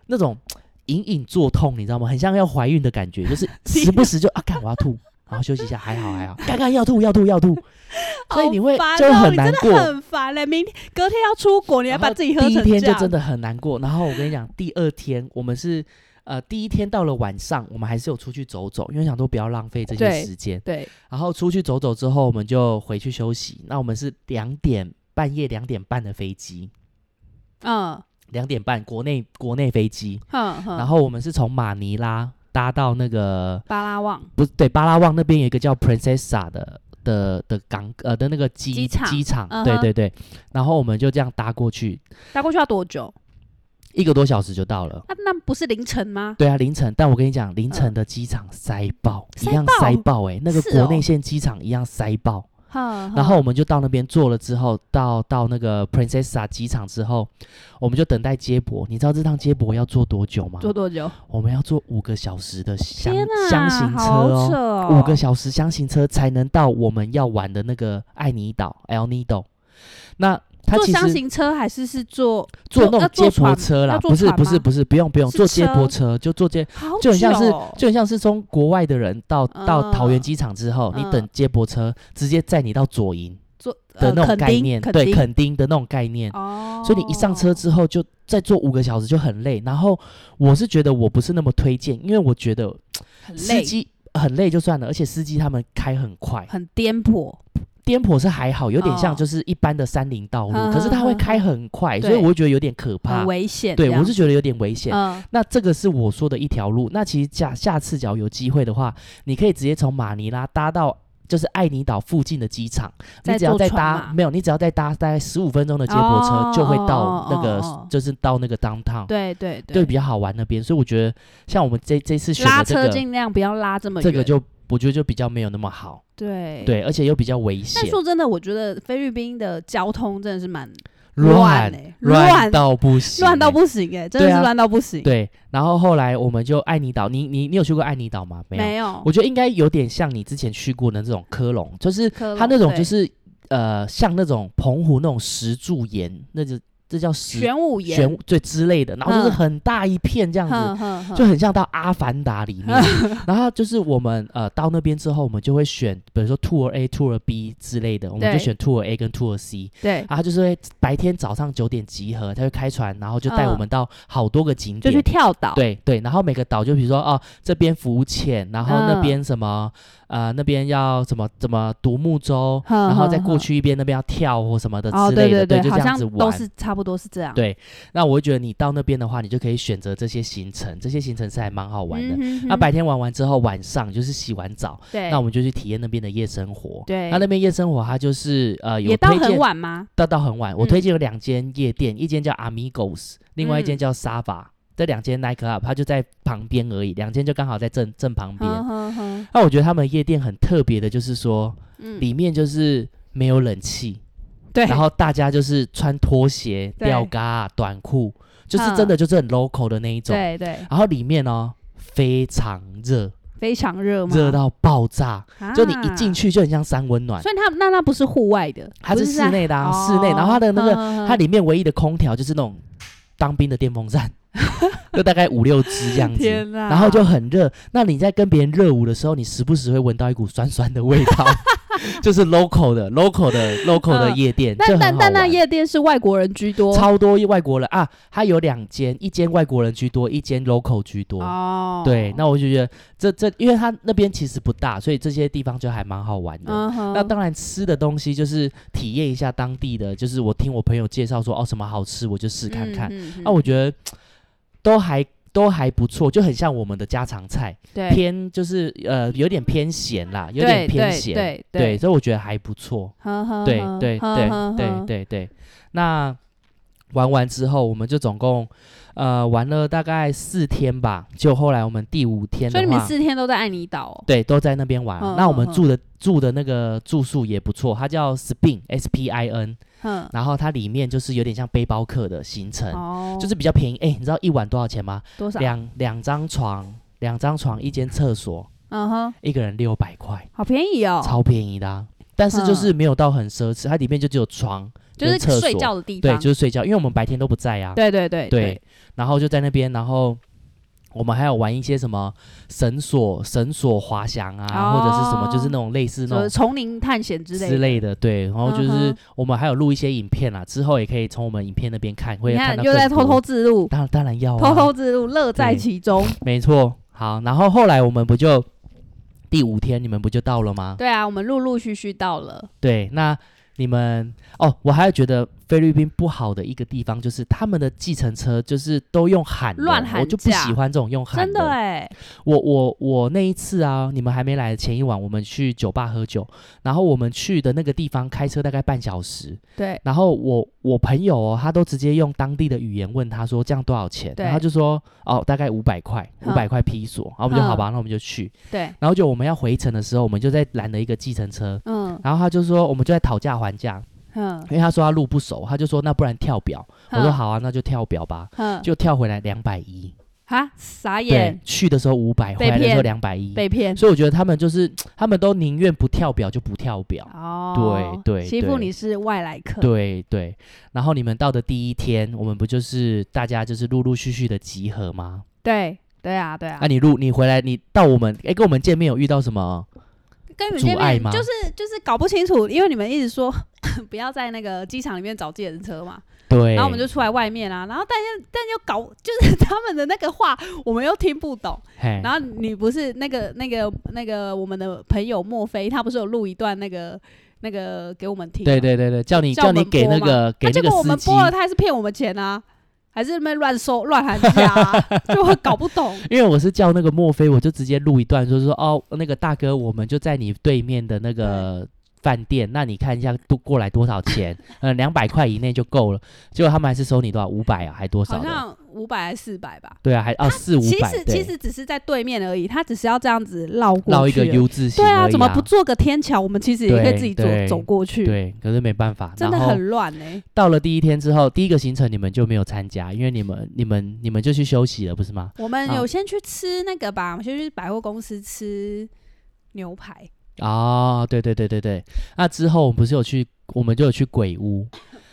Speaker 1: 那种隐隐作痛，你知道吗？很像要怀孕的感觉，就是 时不时就啊，看我要吐，然后休息一下，还好还好，刚刚要吐要吐要吐，所以你会
Speaker 2: 好烦
Speaker 1: 就会
Speaker 2: 哦
Speaker 1: 很
Speaker 2: 你
Speaker 1: 难
Speaker 2: 真的
Speaker 1: 过。
Speaker 2: 很烦嘞。明天隔天要出国，你还
Speaker 1: 然
Speaker 2: 把
Speaker 1: 后
Speaker 2: 自己喝
Speaker 1: 第一
Speaker 2: 成
Speaker 1: 天
Speaker 2: 这
Speaker 1: 就
Speaker 2: 样
Speaker 1: 真。的很难过。然后我跟你讲，第二天我们是呃第一天到了晚上，我们还是有出去走走，因为想说不要浪费这些
Speaker 2: 对
Speaker 1: 时间。
Speaker 2: 对，
Speaker 1: 然后出去走走之后，我们就回去休息。那我们是两点半夜两点半的飞机，
Speaker 2: 嗯
Speaker 1: 两点半国内国内飞机。
Speaker 2: 哼哼，
Speaker 1: 然后我们是从马尼拉搭到那个
Speaker 2: 巴拉望，
Speaker 1: 不是对巴拉望那边有一个叫 Princessa 的的的港呃的那个机
Speaker 2: 机场
Speaker 1: 机场
Speaker 2: 嗯哼
Speaker 1: 对对对。然后我们就这样搭过去，
Speaker 2: 搭过去要多久？
Speaker 1: 一个多小时就到了。
Speaker 2: 啊，那不是凌晨吗？
Speaker 1: 对啊，凌晨，但我跟你讲，凌晨
Speaker 2: 嗯
Speaker 1: 的机场塞爆，一
Speaker 2: 塞
Speaker 1: 样
Speaker 2: 爆
Speaker 1: 塞爆哎、那个
Speaker 2: 是
Speaker 1: 国
Speaker 2: 哦
Speaker 1: 内线机场一样塞爆。
Speaker 2: 哼，
Speaker 1: 然
Speaker 2: 哼
Speaker 1: 后我们就到那边坐了之后，到到那个 Princessa 机场之后，我们就等待接驳。你知道这趟接驳要坐多久吗？
Speaker 2: 坐多久？
Speaker 1: 我们要坐五个小时的箱
Speaker 2: 天哪，
Speaker 1: 箱型车
Speaker 2: 好扯
Speaker 1: 哦，
Speaker 2: 哦，
Speaker 1: 五个小时箱型车才能到我们要玩的那个爱尼岛 El Nido。那它
Speaker 2: 坐
Speaker 1: 其
Speaker 2: 箱
Speaker 1: 实
Speaker 2: 型车还是是坐
Speaker 1: 坐
Speaker 2: 坐
Speaker 1: 那
Speaker 2: 要
Speaker 1: 种
Speaker 2: 坐
Speaker 1: 接驳
Speaker 2: 船
Speaker 1: 车啦
Speaker 2: 要，坐
Speaker 1: 不是
Speaker 2: 船
Speaker 1: 不是
Speaker 2: 吗
Speaker 1: 不是，不用不用
Speaker 2: 是
Speaker 1: 坐接驳
Speaker 2: 车
Speaker 1: 车，就坐接
Speaker 2: 好
Speaker 1: 就很像是
Speaker 2: 久哦
Speaker 1: 就很像是从国外的人到到桃园
Speaker 2: 嗯
Speaker 1: 机场之后，你
Speaker 2: 嗯
Speaker 1: 等接驳车直接载你到左营，
Speaker 2: 坐
Speaker 1: 的
Speaker 2: 呃
Speaker 1: 那种
Speaker 2: 垦
Speaker 1: 概
Speaker 2: 丁
Speaker 1: 念，
Speaker 2: 垦
Speaker 1: 对，
Speaker 2: 丁
Speaker 1: 垦丁的那种概念。
Speaker 2: 哦，
Speaker 1: 所以你一上车之后就再坐五个小时就很累，然后我是觉得我不是那么推荐，因为我觉得
Speaker 2: 很
Speaker 1: 司
Speaker 2: 累，
Speaker 1: 机很累就算了，而且司机他们开很快，
Speaker 2: 很颠簸，
Speaker 1: 颠簸是还好，有点像
Speaker 2: 哦嗯
Speaker 1: 就是一般的山林道路，
Speaker 2: 哼
Speaker 1: 可是他会
Speaker 2: 哼哼
Speaker 1: 开很快，
Speaker 2: 对
Speaker 1: 所以我会觉得有点可怕
Speaker 2: 很。危险这
Speaker 1: 对，
Speaker 2: 样。
Speaker 1: 我是觉得有点危险。
Speaker 2: 嗯
Speaker 1: 那这个是我说的一条路。那其实下下次假如有机会的话，你可以直接从马尼拉搭到就是爱尼岛附近的机场，你
Speaker 2: 再
Speaker 1: 只要
Speaker 2: 坐
Speaker 1: 再
Speaker 2: 船
Speaker 1: 搭
Speaker 2: 嘛
Speaker 1: 没有，你只要再搭大概十五分钟的接驳车，
Speaker 2: 哦
Speaker 1: 就会到
Speaker 2: 哦
Speaker 1: 那个、
Speaker 2: 哦哦
Speaker 1: 就是到那个 downtown，
Speaker 2: 对对
Speaker 1: 对比较好玩那边。所以我觉得像我们这这次选
Speaker 2: 拉
Speaker 1: 的这
Speaker 2: 车
Speaker 1: 个，
Speaker 2: 尽量不要拉这么远，
Speaker 1: 这个就我觉得就比较没有那么好，
Speaker 2: 对。
Speaker 1: 对，而且又比较危
Speaker 2: 但
Speaker 1: 险，
Speaker 2: 说真的，我觉得菲律宾的交通真的是蛮
Speaker 1: 乱
Speaker 2: 欸
Speaker 1: 乱
Speaker 2: 乱
Speaker 1: 到不行，
Speaker 2: 乱到。不行哎，真的
Speaker 1: 对
Speaker 2: 是
Speaker 1: 啊
Speaker 2: 乱到不行。
Speaker 1: 对，然后后来我们就爱尼岛，你你你有去过爱尼岛吗？没有，
Speaker 2: 没有
Speaker 1: 我，觉得应该有点像你之前去过的那种科隆，就是
Speaker 2: 科隆
Speaker 1: 它那种
Speaker 2: 对
Speaker 1: 就是呃，像那种澎湖那种石柱岩，那就这叫石
Speaker 2: 玄武
Speaker 1: 玄
Speaker 2: 岩，
Speaker 1: 对之类的，然后就是
Speaker 2: 嗯
Speaker 1: 很大一片这样子。
Speaker 2: 哼哼哼
Speaker 1: 就很像到《阿凡达》里面， 然后就是我们呃到那边之后，我们就会选，比如说 Tour A、Tour B 之类的，我们就
Speaker 2: 对
Speaker 1: 选 Tour A 跟 Tour C，
Speaker 2: 对，
Speaker 1: 然后就是会白天早上九点集合，他会开船，然后就带
Speaker 2: 嗯
Speaker 1: 我们到好多个景
Speaker 2: 就
Speaker 1: 点，
Speaker 2: 去跳岛，
Speaker 1: 对对，然后每个岛就比如说哦，这边浮潜，然后那
Speaker 2: 嗯
Speaker 1: 边什么、呃，那边要怎么怎么独木舟，
Speaker 2: 哼
Speaker 1: 然后再
Speaker 2: 哼
Speaker 1: 过
Speaker 2: 哼
Speaker 1: 去一边那边要跳或什么的
Speaker 2: 哦，
Speaker 1: 之类的，
Speaker 2: 对对，
Speaker 1: 就
Speaker 2: 好
Speaker 1: 这样
Speaker 2: 像
Speaker 1: 子
Speaker 2: 都
Speaker 1: 玩。
Speaker 2: 是差不多是这样。
Speaker 1: 对那我会觉得你到那边的话，你就可以选择这些行程，这些行程是还蛮好玩的。
Speaker 2: 嗯哼
Speaker 1: 那
Speaker 2: 哼
Speaker 1: 白天玩完之后，晚上就是洗完澡，
Speaker 2: 对，
Speaker 1: 那我们就去体验那边的夜生活。
Speaker 2: 对
Speaker 1: 那那边夜生活它就是呃有
Speaker 2: 也到
Speaker 1: 推
Speaker 2: 很
Speaker 1: 荐，
Speaker 2: 晚吗？
Speaker 1: 到到很晚。我
Speaker 2: 嗯
Speaker 1: 推荐有两间夜店，一间叫 Amigos，另外一间
Speaker 2: 嗯
Speaker 1: 叫 Sava，、这两间 night club 它就在旁边而已，两间就刚好在正正旁边。
Speaker 2: 哼哼哼
Speaker 1: 那我觉得他们夜店很特别的，就是说
Speaker 2: 嗯，
Speaker 1: 里面就是没有冷气，
Speaker 2: 对，
Speaker 1: 然后大家就是穿拖鞋、
Speaker 2: 对嗯
Speaker 1: 吊嘎、短裤，就是真的就是很 local 的那一种。
Speaker 2: 对对，
Speaker 1: 然后里面哦非常热，
Speaker 2: 非常热吗？
Speaker 1: 热到爆炸，
Speaker 2: 啊
Speaker 1: 就你一进，去就很像三温暖，
Speaker 2: 所以它那那不是户外的，
Speaker 1: 它
Speaker 2: 不
Speaker 1: 是
Speaker 2: 是在
Speaker 1: 室内的啊，
Speaker 2: 哦
Speaker 1: 室内，然后它的那个
Speaker 2: 嗯
Speaker 1: 它里面唯一的空调就是那种当兵的电风 扇，就大概五六只这样子，
Speaker 2: 天哪
Speaker 1: 然后就很热。那你在跟别人热舞的时候，你时不时会闻到一股酸酸的味 道，就是 local 的 local 的 local 的
Speaker 2: 嗯
Speaker 1: 夜店，就
Speaker 2: 但
Speaker 1: 很
Speaker 2: 但
Speaker 1: 好
Speaker 2: 但那
Speaker 1: 玩
Speaker 2: 夜店是外国人居多
Speaker 1: 超多外国人啊，它有两间，一间外国人居多，一间 local 居多。
Speaker 2: 哦
Speaker 1: 对，那我就觉得这这，因为它那边其实不大，所以这些地方就还蛮好玩的。
Speaker 2: 嗯哼
Speaker 1: 那当然，吃的东西就是体验一下当地的，就是我听我朋友介绍说哦什么好吃，我就试看看。
Speaker 2: 嗯嗯
Speaker 1: 那、我觉得都还都还不错，就很像我们的家常菜，
Speaker 2: 对
Speaker 1: 偏就是呃有点偏咸啦，有点偏咸，
Speaker 2: 对嗯
Speaker 1: 对，所以我觉得还不错。
Speaker 2: 呵呵
Speaker 1: 对
Speaker 2: 呵
Speaker 1: 对
Speaker 2: 呵
Speaker 1: 对
Speaker 2: 呵呵
Speaker 1: 对对对，那玩完之后，我们就总共呃玩了大概四天吧，就后来我们第五天的
Speaker 2: 所以你们
Speaker 1: 话。
Speaker 2: 四天都在爱尼岛哦，
Speaker 1: 对，都在那边玩啊。
Speaker 2: 嗯
Speaker 1: 那我
Speaker 2: 嗯
Speaker 1: 们
Speaker 2: 嗯
Speaker 1: 住的住的那个住宿也不错，它叫 Spin S P I
Speaker 2: 嗯
Speaker 1: N，
Speaker 2: 哼
Speaker 1: 然后它里面就是有点像背包客的行程，
Speaker 2: 哦，
Speaker 1: 嗯
Speaker 2: 啊
Speaker 1: 就是比较便宜。哎，你知道一晚多少钱吗？
Speaker 2: 多少？
Speaker 1: 两两张床，两张床，一间厕所，
Speaker 2: 嗯哼，
Speaker 1: 一个人六百块，
Speaker 2: 好便宜哦，嗯
Speaker 1: 超便宜的啊、但是就是没有到很奢侈，它里面就只有床，
Speaker 2: 就是
Speaker 1: 跟厕
Speaker 2: 睡
Speaker 1: 所
Speaker 2: 觉的地
Speaker 1: 对，
Speaker 2: 方，
Speaker 1: 就是睡觉，因为我们白天都不在呀、
Speaker 2: 对对对
Speaker 1: 对，然后就在那边，然后我们还有玩一些什么绳索、绳索滑翔啊，或者是什么，
Speaker 2: 哦
Speaker 1: 就是那种类似
Speaker 2: 什
Speaker 1: 那种。
Speaker 2: 么丛林探险之类
Speaker 1: 之类的，对，然后就
Speaker 2: 嗯
Speaker 1: 是
Speaker 2: 哼
Speaker 1: 我们还有录一些影片啦，之后也可以从我们影片那边看，会
Speaker 2: 你
Speaker 1: 看
Speaker 2: 看
Speaker 1: 到
Speaker 2: 又
Speaker 1: 更
Speaker 2: 在偷
Speaker 1: 多
Speaker 2: 偷，自录，
Speaker 1: 当当然要、啊、
Speaker 2: 偷偷自录，乐在
Speaker 1: 对
Speaker 2: 其中。
Speaker 1: 没错，好，然后后来我们不就第五天你们不就到了吗？
Speaker 2: 对啊，我们陆陆续续到了，
Speaker 1: 对，那你们哦，我还有觉得菲律宾不好的一个地方就是他们的计程车就是都用喊的
Speaker 2: 乱喊
Speaker 1: 我就不
Speaker 2: 价
Speaker 1: 喜欢这种用喊
Speaker 2: 真的哎，
Speaker 1: 我我我那一次啊，你们还没来的前一晚，我们去酒吧喝酒，然后我们去的那个地方开车大概半小时，
Speaker 2: 对
Speaker 1: 然后我我朋友哦，他都直接用当地的语言问他说这样多少钱，
Speaker 2: 对
Speaker 1: 然后他就说哦大概五百块，五
Speaker 2: 嗯
Speaker 1: 百块披索，然后我们就
Speaker 2: 嗯
Speaker 1: 好吧，那我们就去，
Speaker 2: 对，
Speaker 1: 然后就我们要回程的时候，我们就在拦了一个计程车。
Speaker 2: 嗯
Speaker 1: 然后他就说，我们就在讨价还价，
Speaker 2: 嗯，
Speaker 1: 因为他说他路不熟，他就说那不然跳表，我说
Speaker 2: 嗯，
Speaker 1: 好啊，那就跳表吧，
Speaker 2: 嗯，
Speaker 1: 就跳回来两百一，
Speaker 2: 哈，傻
Speaker 1: 对
Speaker 2: 眼，，
Speaker 1: 去的时候五百，回
Speaker 2: 被
Speaker 1: 来的时候
Speaker 2: 骗
Speaker 1: 两百一，
Speaker 2: 被骗
Speaker 1: 所以我觉得他们就是，他们都宁愿不跳表就不跳表。
Speaker 2: 哦，
Speaker 1: 对对
Speaker 2: 欺负
Speaker 1: 对
Speaker 2: 你是外来客，
Speaker 1: 对对，然后你们到的第一天，我们不就是大家就是陆陆续续的集合吗？
Speaker 2: 对对啊对啊
Speaker 1: 那、，你陆你回来，你到我们哎跟我们见面有遇到什么？
Speaker 2: 跟你们
Speaker 1: 阻
Speaker 2: 见
Speaker 1: 碍
Speaker 2: 面
Speaker 1: 吗
Speaker 2: 就是就是搞不清楚，因为你们一直说 不要在那个机场里面找自行车嘛，
Speaker 1: 对，
Speaker 2: 然后我们就出来外面啊，然后但是但又搞就是 他们的那个话我们又听不懂，
Speaker 1: 嘿
Speaker 2: 然后你不是那个那个那个我们的朋友莫非他不是有录一段那个那个给我们听吗，
Speaker 1: 对对对对，叫你
Speaker 2: 叫我
Speaker 1: 你
Speaker 2: 们
Speaker 1: 给
Speaker 2: 播
Speaker 1: 那
Speaker 2: 嘛
Speaker 1: 个给
Speaker 2: 那
Speaker 1: 那
Speaker 2: 结
Speaker 1: 个
Speaker 2: 果我
Speaker 1: 司
Speaker 2: 们
Speaker 1: 机，
Speaker 2: 播了，他还是骗我们钱啊，还是那边乱收乱喊价、啊， 就我搞不 懂。
Speaker 1: 因为我是叫那个墨菲，我就直接录一段，就是说哦那个大哥，我们就在你对面的那个。饭店，那你看一下都过来多少钱？ 呃，两百块以内就够了。结果他们还是收你多少？五百啊，还多少
Speaker 2: 好
Speaker 1: 的？
Speaker 2: 像五百还是四百吧。
Speaker 1: 对啊，还哦四五
Speaker 2: 其
Speaker 1: 百，
Speaker 2: 实
Speaker 1: 对
Speaker 2: 其实只是在对面而已，他只是要这样子绕过去
Speaker 1: 绕一个
Speaker 2: 而已
Speaker 1: U 字形
Speaker 2: 对
Speaker 1: 而已、
Speaker 2: 啊，怎么不做个天桥？我们其实也可以自己走
Speaker 1: 对对
Speaker 2: 走过去，
Speaker 1: 对？可是没办法，
Speaker 2: 嗯真的
Speaker 1: 然后
Speaker 2: 很乱哎、
Speaker 1: 到了第一天之后，第一个行程你们就没有参加，因为你们你们你们就去休息了，不是吗？
Speaker 2: 我们
Speaker 1: 啊
Speaker 2: 有先去吃那个吧，我们先去百货公司吃牛排。
Speaker 1: 哦，对对对对对。那之后我们不是有去，我们就有去鬼屋，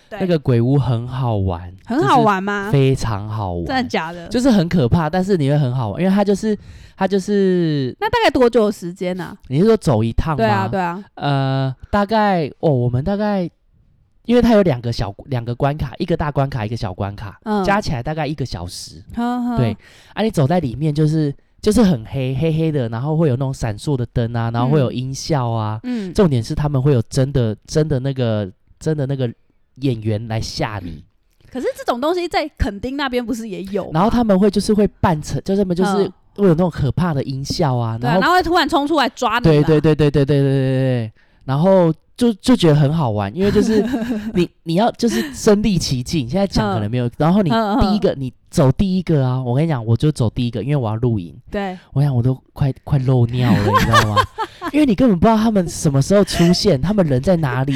Speaker 2: 对，
Speaker 1: 那个鬼屋很好玩，
Speaker 2: 很好，玩吗？
Speaker 1: 非常好玩，
Speaker 2: 真的假的？
Speaker 1: 就是很可怕，但是你会很好玩，因为它就是它就是，
Speaker 2: 那大概多久的时间呢、
Speaker 1: 你是说走一趟吗？
Speaker 2: 对啊，对啊，
Speaker 1: 呃，大概哦，我们大概，因为它有两个小两个关卡，一个大关卡，一个小关卡，
Speaker 2: 嗯，
Speaker 1: 加起来大概一个小时。
Speaker 2: 呵呵
Speaker 1: 对，啊，你走在里面就是就是很黑黑黑的，然后会有那种闪烁的灯啊，然后会有
Speaker 2: 嗯
Speaker 1: 音效啊。
Speaker 2: 嗯，
Speaker 1: 重点是他们会有真的真的那个真的那个演员来吓你，
Speaker 2: 可是这种东西在垦丁那边不是也有？
Speaker 1: 然后他们会就是会扮成，就是他们就是
Speaker 2: 嗯
Speaker 1: 会有那种可怕的音效啊，
Speaker 2: 对
Speaker 1: 然
Speaker 2: 啊，
Speaker 1: 后
Speaker 2: 然后会突然冲出来抓你。
Speaker 1: 对对，对对对对对对对。然后就就觉得很好玩，因为就是 你你要就是身临其境，现在讲可能没有，然后你
Speaker 2: 嗯嗯
Speaker 1: 第一个你走第一个啊，我跟你讲，我就走第一个，因为我要露营，
Speaker 2: 对，
Speaker 1: 我想我都快快漏尿了，你知道 吗？因为你根本不知道他们什么时候出现，他们人在哪 里，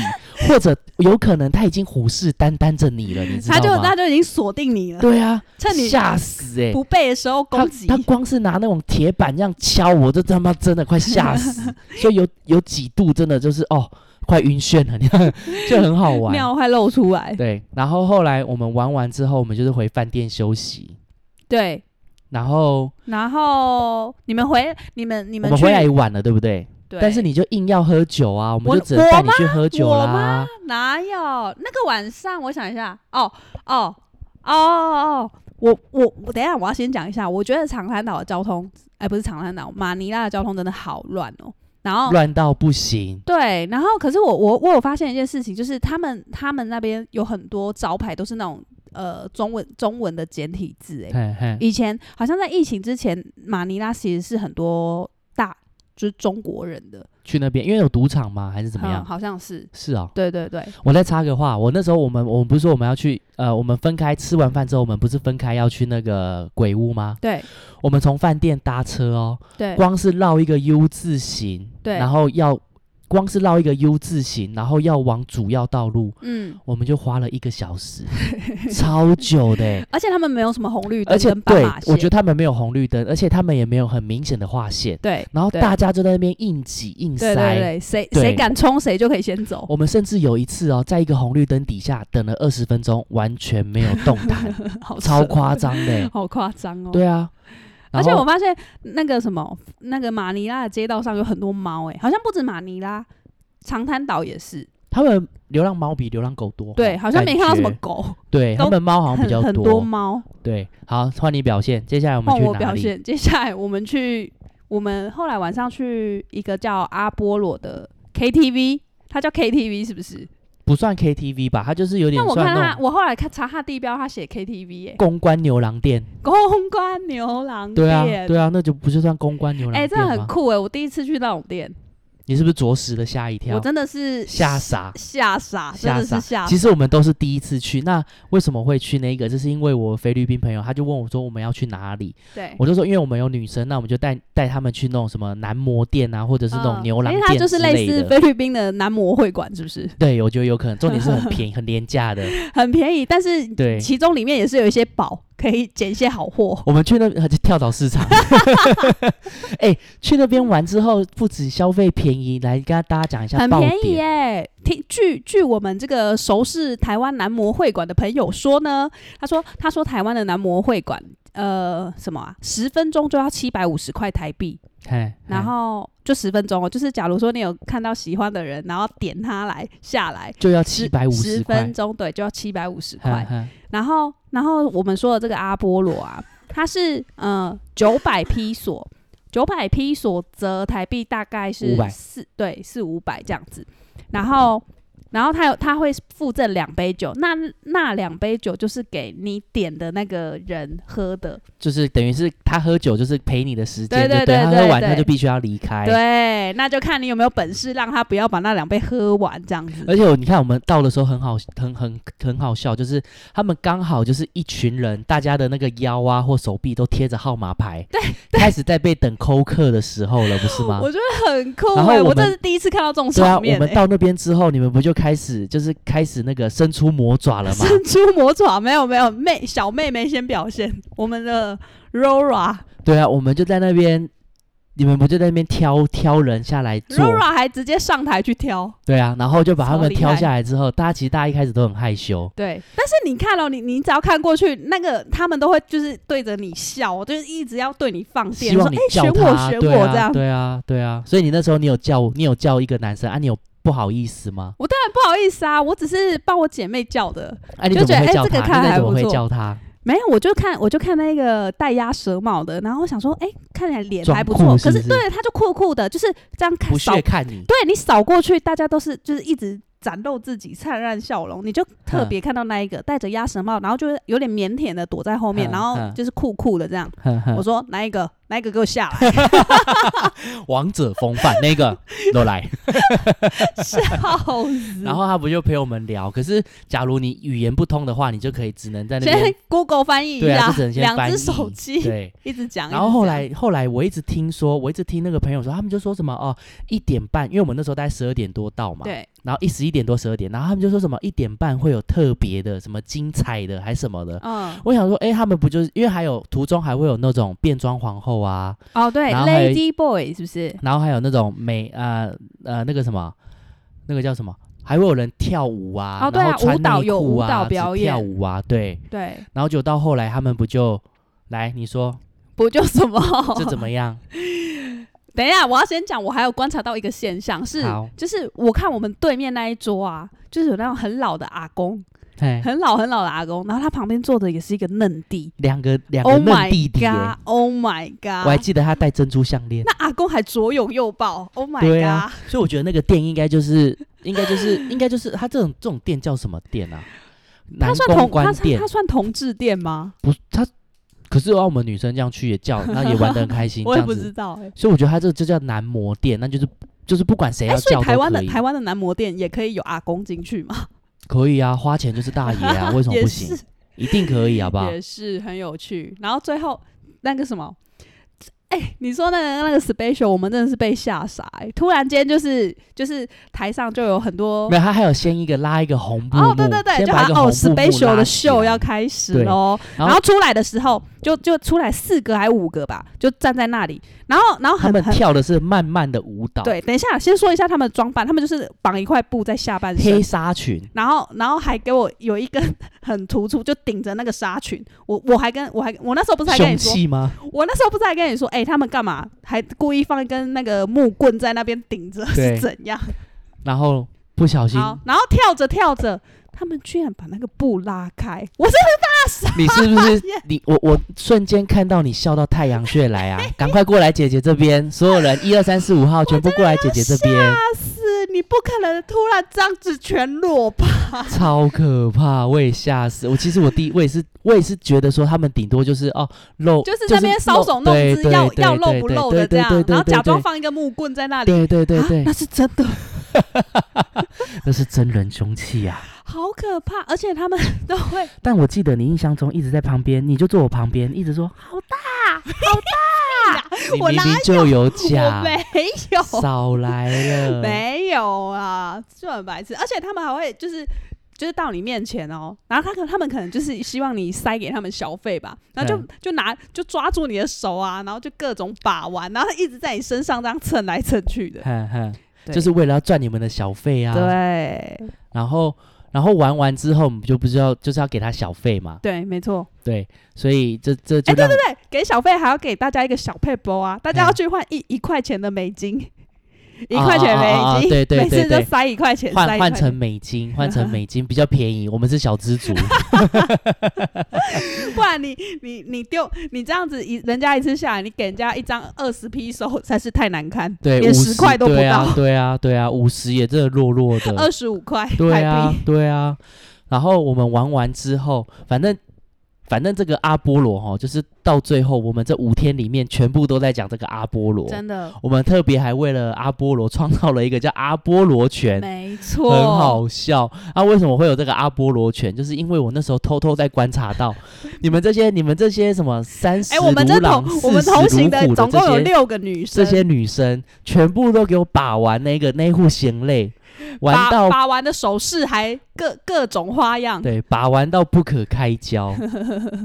Speaker 1: 或者有可能他已经虎视眈眈着你了，你知道
Speaker 2: 他
Speaker 1: 吗？
Speaker 2: 就他就已经锁定你了，
Speaker 1: 对啊，
Speaker 2: 趁你
Speaker 1: 吓死哎、
Speaker 2: 不备的时候
Speaker 1: 他
Speaker 2: 攻击
Speaker 1: 他。光是拿那种铁板这样敲，我都他妈真的快吓 死。所以有有几度真的就是哦，快晕眩了，你 看就很好玩。
Speaker 2: 尿快露出来，
Speaker 1: 对，然后后来我们玩完之后，我们就是回饭店休息。
Speaker 2: 对，
Speaker 1: 然后
Speaker 2: 然后你们回你们你
Speaker 1: 我
Speaker 2: 们
Speaker 1: 们
Speaker 2: 去，
Speaker 1: 回来也晚了，对不对？
Speaker 2: 对
Speaker 1: 但是你就硬要喝酒啊，我们
Speaker 2: 我
Speaker 1: 就只能带你去喝酒
Speaker 2: 我
Speaker 1: 啦
Speaker 2: 吗。哪有那个晚上？我想一下，哦哦哦哦，我我我等一下我要先讲一下，我觉得长滩岛的交通，哎，不是长滩岛，马尼拉的交通真的好乱哦。然后
Speaker 1: 乱到不行，
Speaker 2: 对，然后可是我我我有发现一件事情，就是他们他们那边有很多招牌都是那种呃中文中文的简体字，哎，
Speaker 1: 嘿嘿，
Speaker 2: 以前好像在疫情之前，马尼拉其实是很多大就是中国人的，
Speaker 1: 去那边，因为有赌场吗？还是怎么
Speaker 2: 嗯，
Speaker 1: 样？
Speaker 2: 好像是，
Speaker 1: 是啊、哦，
Speaker 2: 对对对，
Speaker 1: 我再插个话，我那时候我们我们不是说我们要去呃，我们分开吃完饭之后，我们不是分开要去那个鬼屋吗？
Speaker 2: 对
Speaker 1: 我们从饭店搭车哦，
Speaker 2: 对
Speaker 1: 光是绕一个 U 字形，
Speaker 2: 对
Speaker 1: 然后要光是绕一个 U 字形，然后要往主要道路，
Speaker 2: 嗯，
Speaker 1: 我们就花了一个小 时，超久的欸、
Speaker 2: 而且他们没有什么红绿灯
Speaker 1: 而且
Speaker 2: 跟斑
Speaker 1: 对
Speaker 2: 马，线，
Speaker 1: 我觉得他们没有红绿灯，而且他们也没有很明显的划线，
Speaker 2: 对
Speaker 1: 然后
Speaker 2: 对
Speaker 1: 大家就在那边硬挤硬塞。
Speaker 2: 对对对，谁
Speaker 1: 对
Speaker 2: 谁敢冲谁就可以先走，
Speaker 1: 我们甚至有一次哦，在一个红绿灯底下等了二十分钟，完全没有动 弹，
Speaker 2: 好
Speaker 1: 超
Speaker 2: 扯
Speaker 1: 夸张的欸。
Speaker 2: 好夸张哦。
Speaker 1: 对啊，
Speaker 2: 而
Speaker 1: 然
Speaker 2: 且
Speaker 1: 后
Speaker 2: 我发现那个什么，那个马尼拉的街道上有很多猫，哎，好像不止马尼拉，长滩岛也是，
Speaker 1: 他们流浪猫比流浪狗多，
Speaker 2: 对，好像没看到什么
Speaker 1: 哦感觉。
Speaker 2: 狗，
Speaker 1: 对
Speaker 2: 都
Speaker 1: 他们猫好像比
Speaker 2: 很
Speaker 1: 较
Speaker 2: 很多猫。
Speaker 1: 对，好，换你表现。接下来我们
Speaker 2: 换
Speaker 1: 去
Speaker 2: 我
Speaker 1: 哪
Speaker 2: 表
Speaker 1: 里？
Speaker 2: 现，接下来我们去，我们后来晚上去一个叫阿波罗的 KTV，它叫 KTV 是不是？
Speaker 1: 不算 KTV 吧，它就是有点
Speaker 2: 但我
Speaker 1: 算
Speaker 2: 看
Speaker 1: 那
Speaker 2: 它，
Speaker 1: 种
Speaker 2: 我后来看查它地标，它写 KTV 哎、
Speaker 1: 公关牛郎店。
Speaker 2: 公关牛郎
Speaker 1: 对啊，
Speaker 2: 店，
Speaker 1: 对啊，那就不就算公关牛郎
Speaker 2: 哎、
Speaker 1: 店
Speaker 2: 这很
Speaker 1: 吗？
Speaker 2: 酷哎、我第一次去那种店，
Speaker 1: 你是不是着实的吓一
Speaker 2: 我
Speaker 1: 跳？
Speaker 2: 真的是
Speaker 1: 吓傻。
Speaker 2: 吓傻，真
Speaker 1: 吓
Speaker 2: 的是
Speaker 1: 傻！
Speaker 2: 吓
Speaker 1: 其实我们都是第一次去，那为什么会去那个？就是因为我菲律宾朋友，他就问我说我们要去哪里，
Speaker 2: 对。
Speaker 1: 我就说因为我们有女生，那我们就带带他们去那种什么男模店啊，或者是那种
Speaker 2: 嗯
Speaker 1: 牛郎
Speaker 2: 因
Speaker 1: 店
Speaker 2: 为
Speaker 1: 之
Speaker 2: 它
Speaker 1: 类的。
Speaker 2: 就是类似菲律宾的男模会馆，是不 是
Speaker 1: 对，我觉得有可能，重点是 很便宜、很廉价的。
Speaker 2: 很便宜？但是
Speaker 1: 对
Speaker 2: 其中里面也是有一些宝，可以捡一些好货。
Speaker 1: 我们去那边跳蚤市场， 哎、去那边玩之后，不止消费便宜，来跟大家讲一下
Speaker 2: 很
Speaker 1: 爆
Speaker 2: 便
Speaker 1: 点。
Speaker 2: 宜哎、听据据我们这个熟识台湾男模会馆的朋友说呢，他说他说台湾的男模会馆，呃，什么啊，十分钟就要七百五十块台币，
Speaker 1: 嘿
Speaker 2: 然
Speaker 1: 嘿
Speaker 2: 后就十分钟哦，就是假如说你有看到喜欢的人，然后点他来下来，
Speaker 1: 就要七百五
Speaker 2: 十
Speaker 1: 十块
Speaker 2: 分，钟对，就要七百五十
Speaker 1: 嘿
Speaker 2: 块。
Speaker 1: 嘿
Speaker 2: 然后然后我们说的这个阿波 罗啊，它是呃九百披索，九百披索折台币大概是
Speaker 1: 500
Speaker 2: 四对四五百这样子，然后。然后他有他会附赠两杯酒，那那两杯酒就是给你点的那个人喝的，
Speaker 1: 就是等于是他喝酒就是陪你的时间，
Speaker 2: 对对
Speaker 1: 就
Speaker 2: 对
Speaker 1: 他
Speaker 2: 对
Speaker 1: 喝完
Speaker 2: 对
Speaker 1: 他就必须要离开。
Speaker 2: 对，那就看你有没有本事让他不要把那两杯喝完这样子。
Speaker 1: 而且我你看，我们到的时候很好，很很很好笑，就是他们刚好就是一群人，大家的那个腰啊或手臂都贴着号码牌，对，开始在被等扣客的时候了，不是吗？
Speaker 2: 我觉得很酷
Speaker 1: 然后
Speaker 2: 哎、
Speaker 1: 我
Speaker 2: 我这
Speaker 1: 们
Speaker 2: 是第一次看到这种
Speaker 1: 对啊，
Speaker 2: 场
Speaker 1: 我
Speaker 2: 面、
Speaker 1: 们
Speaker 2: 欸。
Speaker 1: 到那边之后，你们不就开始就是开始那个伸出魔爪 了吗？
Speaker 2: 伸出魔爪，没有没有妹小妹妹先表现，我们的 Rora
Speaker 1: 对啊，我们就在那边，你们不就在那边挑挑人下来做？
Speaker 2: Rora 还直接上台去挑，
Speaker 1: 对啊，然后就把他
Speaker 2: 超
Speaker 1: 们
Speaker 2: 厉
Speaker 1: 挑
Speaker 2: 害
Speaker 1: 下来之后，大家其实大家一开始都很害羞，
Speaker 2: 对。但是你看哦，你你只要看过去，那个他们都会就是对着你笑，就是一直要对你放电，
Speaker 1: 希
Speaker 2: 说
Speaker 1: 望
Speaker 2: 哎、
Speaker 1: 你
Speaker 2: 诶
Speaker 1: 叫
Speaker 2: 选我
Speaker 1: 他，
Speaker 2: 选
Speaker 1: 对
Speaker 2: 我
Speaker 1: 啊，
Speaker 2: 这样。
Speaker 1: 对啊，对啊。所以你那时候你有叫你有叫一个男生啊，你有不好意思吗？
Speaker 2: 我当然不好意思啊，我只是帮我姐妹叫的，
Speaker 1: 啊，你
Speaker 2: 就
Speaker 1: 怎么会
Speaker 2: 觉得哎
Speaker 1: 叫
Speaker 2: 这个
Speaker 1: 他？
Speaker 2: 看
Speaker 1: 你
Speaker 2: 来
Speaker 1: 那怎么
Speaker 2: 不
Speaker 1: 会
Speaker 2: 错哎
Speaker 1: 叫他？
Speaker 2: 没有，我就看我就看那个戴鸭舌帽的，然后我想说，哎、看起来脸
Speaker 1: 装
Speaker 2: 还不
Speaker 1: 酷
Speaker 2: 错，
Speaker 1: 是不
Speaker 2: 可
Speaker 1: 是
Speaker 2: 是对，他就酷酷的，就是这样看
Speaker 1: 不
Speaker 2: 扫
Speaker 1: 屑看 你，
Speaker 2: 对你扫过去，大家都是就是一直展露自己灿烂笑容，你就特别看到那一个戴着鸭舌帽，然后就是有点腼腆的躲在后
Speaker 1: 嗯
Speaker 2: 面，然后
Speaker 1: 嗯
Speaker 2: 就是酷酷的这样。
Speaker 1: 哼哼
Speaker 2: 我说哪一个？那个给我下 来，
Speaker 1: 王者风范那 个都来，
Speaker 2: 笑死！
Speaker 1: 然后他不就陪我们聊？可是假如你语言不通的话，你就可以只能在那
Speaker 2: 先
Speaker 1: 边
Speaker 2: Google 翻译一
Speaker 1: 对啊，
Speaker 2: 下
Speaker 1: 就只，能先
Speaker 2: 两
Speaker 1: 翻译
Speaker 2: 只手机
Speaker 1: 对。
Speaker 2: 一直讲，
Speaker 1: 然后后
Speaker 2: 一
Speaker 1: 来后来我一直听说，我一直听那个朋友说，他们就说什么哦一点半，因为我们那时候大概十二点多到嘛
Speaker 2: 直，讲对，
Speaker 1: 然后一十一点多十二点，然后他们就说什么一点半会有特别的什么精彩的还什么的。
Speaker 2: 嗯，
Speaker 1: 我想说，哎、他们不就是因为还有途中还会有那种变装皇后啊，
Speaker 2: 哦对
Speaker 1: 然后还有
Speaker 2: ，Lady Boy 是不是？
Speaker 1: 然后还有那种美呃呃那个什么，那个叫什么，还会有人跳舞啊，
Speaker 2: 哦对啊
Speaker 1: 然后穿
Speaker 2: 舞蹈
Speaker 1: 内
Speaker 2: 有
Speaker 1: 裤啊
Speaker 2: 舞蹈
Speaker 1: 只
Speaker 2: 表演
Speaker 1: 跳舞啊，对。
Speaker 2: 对，
Speaker 1: 然后就到后来他们不就来你说
Speaker 2: 不就什么？
Speaker 1: 这怎么 样？
Speaker 2: 哦等一下，我要先讲，我还有观察到一个现象是
Speaker 1: 好，
Speaker 2: 就是我看我们对面那一桌啊，就是有那种很老的阿公，
Speaker 1: 嘿，
Speaker 2: 很老很老的阿公，然后他旁边坐的也是一个嫩弟
Speaker 1: 两个两个
Speaker 2: ，Oh
Speaker 1: 嫩
Speaker 2: my
Speaker 1: 弟弟耶、
Speaker 2: god，Oh my
Speaker 1: 我还
Speaker 2: god，
Speaker 1: 记得他戴珍珠项链。
Speaker 2: 那阿公还左拥右抱，Oh my
Speaker 1: 对
Speaker 2: god，、
Speaker 1: 啊，所以我觉得那个店应该就是，应该 就是，应该就是，他这种这种店叫什么店啊？
Speaker 2: 他
Speaker 1: 南
Speaker 2: 算
Speaker 1: 公
Speaker 2: 同他
Speaker 1: 关店
Speaker 2: 他算同志店吗？
Speaker 1: 不是？他可是让我们女生这样去也 叫，那也玩得很开心，
Speaker 2: 我
Speaker 1: 这
Speaker 2: 也
Speaker 1: 样
Speaker 2: 不知
Speaker 1: 子。
Speaker 2: 道哎、
Speaker 1: 所以我觉得他这个就叫男模店，那就是就是不管谁
Speaker 2: 哎、
Speaker 1: 要
Speaker 2: 所
Speaker 1: 叫
Speaker 2: 以
Speaker 1: 都
Speaker 2: 台湾的
Speaker 1: 可以
Speaker 2: 台湾的男模店也可以有阿公进去嘛？
Speaker 1: 可以啊，花钱就是大爷啊，为什么
Speaker 2: 也
Speaker 1: 不
Speaker 2: 是
Speaker 1: 行？一定可以，好不好？
Speaker 2: 也是很有趣。然后最后那个什么，哎、你说那个那个 special，我们真的是被吓傻、哎突然间就是就是台上就有很多
Speaker 1: 没有，他还有先一个拉一个红布幕，
Speaker 2: 哦，对对对，
Speaker 1: 先
Speaker 2: 就
Speaker 1: 把
Speaker 2: 好
Speaker 1: 一个
Speaker 2: 像
Speaker 1: 红
Speaker 2: 哦
Speaker 1: 布幕
Speaker 2: ，special
Speaker 1: 拉
Speaker 2: 的
Speaker 1: 起
Speaker 2: 秀
Speaker 1: 来
Speaker 2: 要开始
Speaker 1: 对
Speaker 2: 喽。
Speaker 1: 然
Speaker 2: 然
Speaker 1: 后
Speaker 2: 后出来的时候，就就出来四个还五个吧，就站在那里。然后然后
Speaker 1: 他
Speaker 2: 很
Speaker 1: 们
Speaker 2: 很
Speaker 1: 跳的是慢慢的舞蹈，，
Speaker 2: 对，等一下先说一下他们的装扮，他们就是绑一块布在下半身
Speaker 1: 黑，纱裙，
Speaker 2: 然后，然后还给我有一根 很突出，就顶着那个纱裙。我我还跟我还我那时候不是还跟
Speaker 1: 凶
Speaker 2: 你说，
Speaker 1: 器吗？
Speaker 2: 我那时候不是还跟你说，哎、他们干嘛？还故意放一根那个木棍在那边顶着
Speaker 1: 对
Speaker 2: 是怎样？
Speaker 1: 然后不小心
Speaker 2: 好，然后跳着跳着，他们居然把那个布拉开，我真的大傻。
Speaker 1: 你是不是你我我瞬间看到你笑到太阳穴来 啊！赶快过来姐姐这边，所有人一二三四五号全部过来姐姐这边，
Speaker 2: 是你不可能突然这样子全裸吧？
Speaker 1: 超可怕，我也吓死我。其实我第我也是我也是觉得说他们顶多就是哦露，
Speaker 2: 就是在那边搔首弄
Speaker 1: 对
Speaker 2: 姿，要
Speaker 1: 对对
Speaker 2: 要露不
Speaker 1: 对
Speaker 2: 露
Speaker 1: 对
Speaker 2: 的这
Speaker 1: 对
Speaker 2: 样
Speaker 1: 对，对
Speaker 2: 然后
Speaker 1: 对
Speaker 2: 假装
Speaker 1: 对
Speaker 2: 放一个木棍在那里。
Speaker 1: 对对对
Speaker 2: 啊
Speaker 1: 对
Speaker 2: 那，是真的。
Speaker 1: 那是真人凶器啊！
Speaker 2: 好可怕，而且他们都会
Speaker 1: 但我记得你印象中一直在旁边，你就坐我旁边，一直说好大好大， 你
Speaker 2: 我
Speaker 1: 明
Speaker 2: 哪
Speaker 1: 明就有
Speaker 2: 我
Speaker 1: 讲，
Speaker 2: 没有，
Speaker 1: 少来了，
Speaker 2: 没有啊，这很白痴。而且他们还会就是就是到你面前哦，然后他可他们可能就是希望你塞给他们小费吧，然后就
Speaker 1: 嗯
Speaker 2: 就拿就抓住你的手啊，然后就各种把玩，然后一直在你身上这样蹭来蹭去的。
Speaker 1: 哼哼，
Speaker 2: 对
Speaker 1: 就是为了要赚你们的小费啊。
Speaker 2: 对
Speaker 1: 然后，然后玩完之后，我们就不知道就是要给他小费嘛。
Speaker 2: 对，没错。
Speaker 1: 对，所以这这就
Speaker 2: 哎，对
Speaker 1: 让、
Speaker 2: 对对，给小费还要给大家一个小配包啊，大家要
Speaker 1: 嗯
Speaker 2: 去换一一块钱的美金， 一
Speaker 1: 啊
Speaker 2: 块钱
Speaker 1: 啊啊啊
Speaker 2: 美金，
Speaker 1: 对对
Speaker 2: 每次
Speaker 1: 对对
Speaker 2: 就塞一块钱，塞
Speaker 1: 换
Speaker 2: 一
Speaker 1: 换
Speaker 2: 块
Speaker 1: 成
Speaker 2: 钱
Speaker 1: 美 金，换成美金比较便宜。我们是小资族，
Speaker 2: 不然你你你丢你这样子一人家一次下来，你给人家一张二十批手，才是太难看，
Speaker 1: 对，
Speaker 2: 连
Speaker 1: 50
Speaker 2: 十块都不
Speaker 1: 对啊
Speaker 2: 到，，
Speaker 1: 对啊，对啊，五十也真的弱弱的，
Speaker 2: 二十五块
Speaker 1: 对
Speaker 2: 台
Speaker 1: 啊
Speaker 2: 币，，
Speaker 1: 对啊。然后我们玩完之后，反正反正这个阿波罗哈，就是到最后我们这五天里面全部都在讲这个阿波罗。
Speaker 2: 真的
Speaker 1: 我们特别还为了阿波罗创造了一个叫阿波罗拳，
Speaker 2: 没错，
Speaker 1: 很好笑。啊，为什么会有这个阿波罗拳？就是因为我那时候偷偷在观察 到你们这些、你们这些什么三十
Speaker 2: 哎，我们这
Speaker 1: 如狼、
Speaker 2: 同
Speaker 1: 四
Speaker 2: 我们
Speaker 1: 十
Speaker 2: 同行
Speaker 1: 如虎
Speaker 2: 总
Speaker 1: 这
Speaker 2: 共有
Speaker 1: 些
Speaker 2: 六个女
Speaker 1: 这
Speaker 2: 生，
Speaker 1: 些女生，全部都给我把玩那个那一户行 类，玩
Speaker 2: 把
Speaker 1: 到
Speaker 2: 把玩的手势还各各种花 样，
Speaker 1: 对，把玩到不可开 交。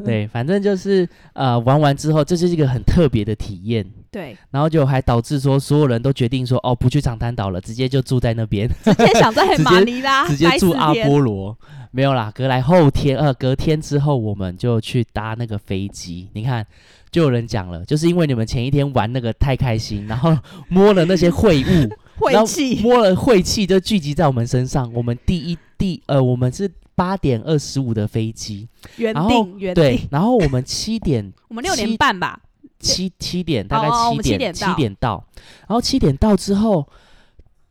Speaker 1: 对，反正就是呃，玩完之后，这就是一个很特别的体验。
Speaker 2: 对，
Speaker 1: 然后就还导致说，所有人都决定说，哦，不去长滩岛了，直接就住在那边。
Speaker 2: 直接想在
Speaker 1: 直接
Speaker 2: 马尼拉
Speaker 1: 直接
Speaker 2: 待
Speaker 1: 住
Speaker 2: 四
Speaker 1: 阿
Speaker 2: 天，
Speaker 1: 波罗，没有啦。隔来后天，呃，隔天之后我们就去搭那个飞机。你看，就有人讲了，就是因为你们前一天玩那个太开心，然后摸了那些秽物， 然
Speaker 2: 晦
Speaker 1: 后
Speaker 2: 气，
Speaker 1: 摸了晦气就聚集在我们身上。我们第一第呃，我们是八点二十五的飞机，
Speaker 2: 原
Speaker 1: 然后
Speaker 2: 定原
Speaker 1: 对
Speaker 2: 定，，
Speaker 1: 然后我们七点
Speaker 2: 我们六点半吧，
Speaker 1: 七七点，大概
Speaker 2: 哦哦我们
Speaker 1: 七
Speaker 2: 七
Speaker 1: 点
Speaker 2: 点
Speaker 1: 七
Speaker 2: 到
Speaker 1: 点到，然后七点到之后，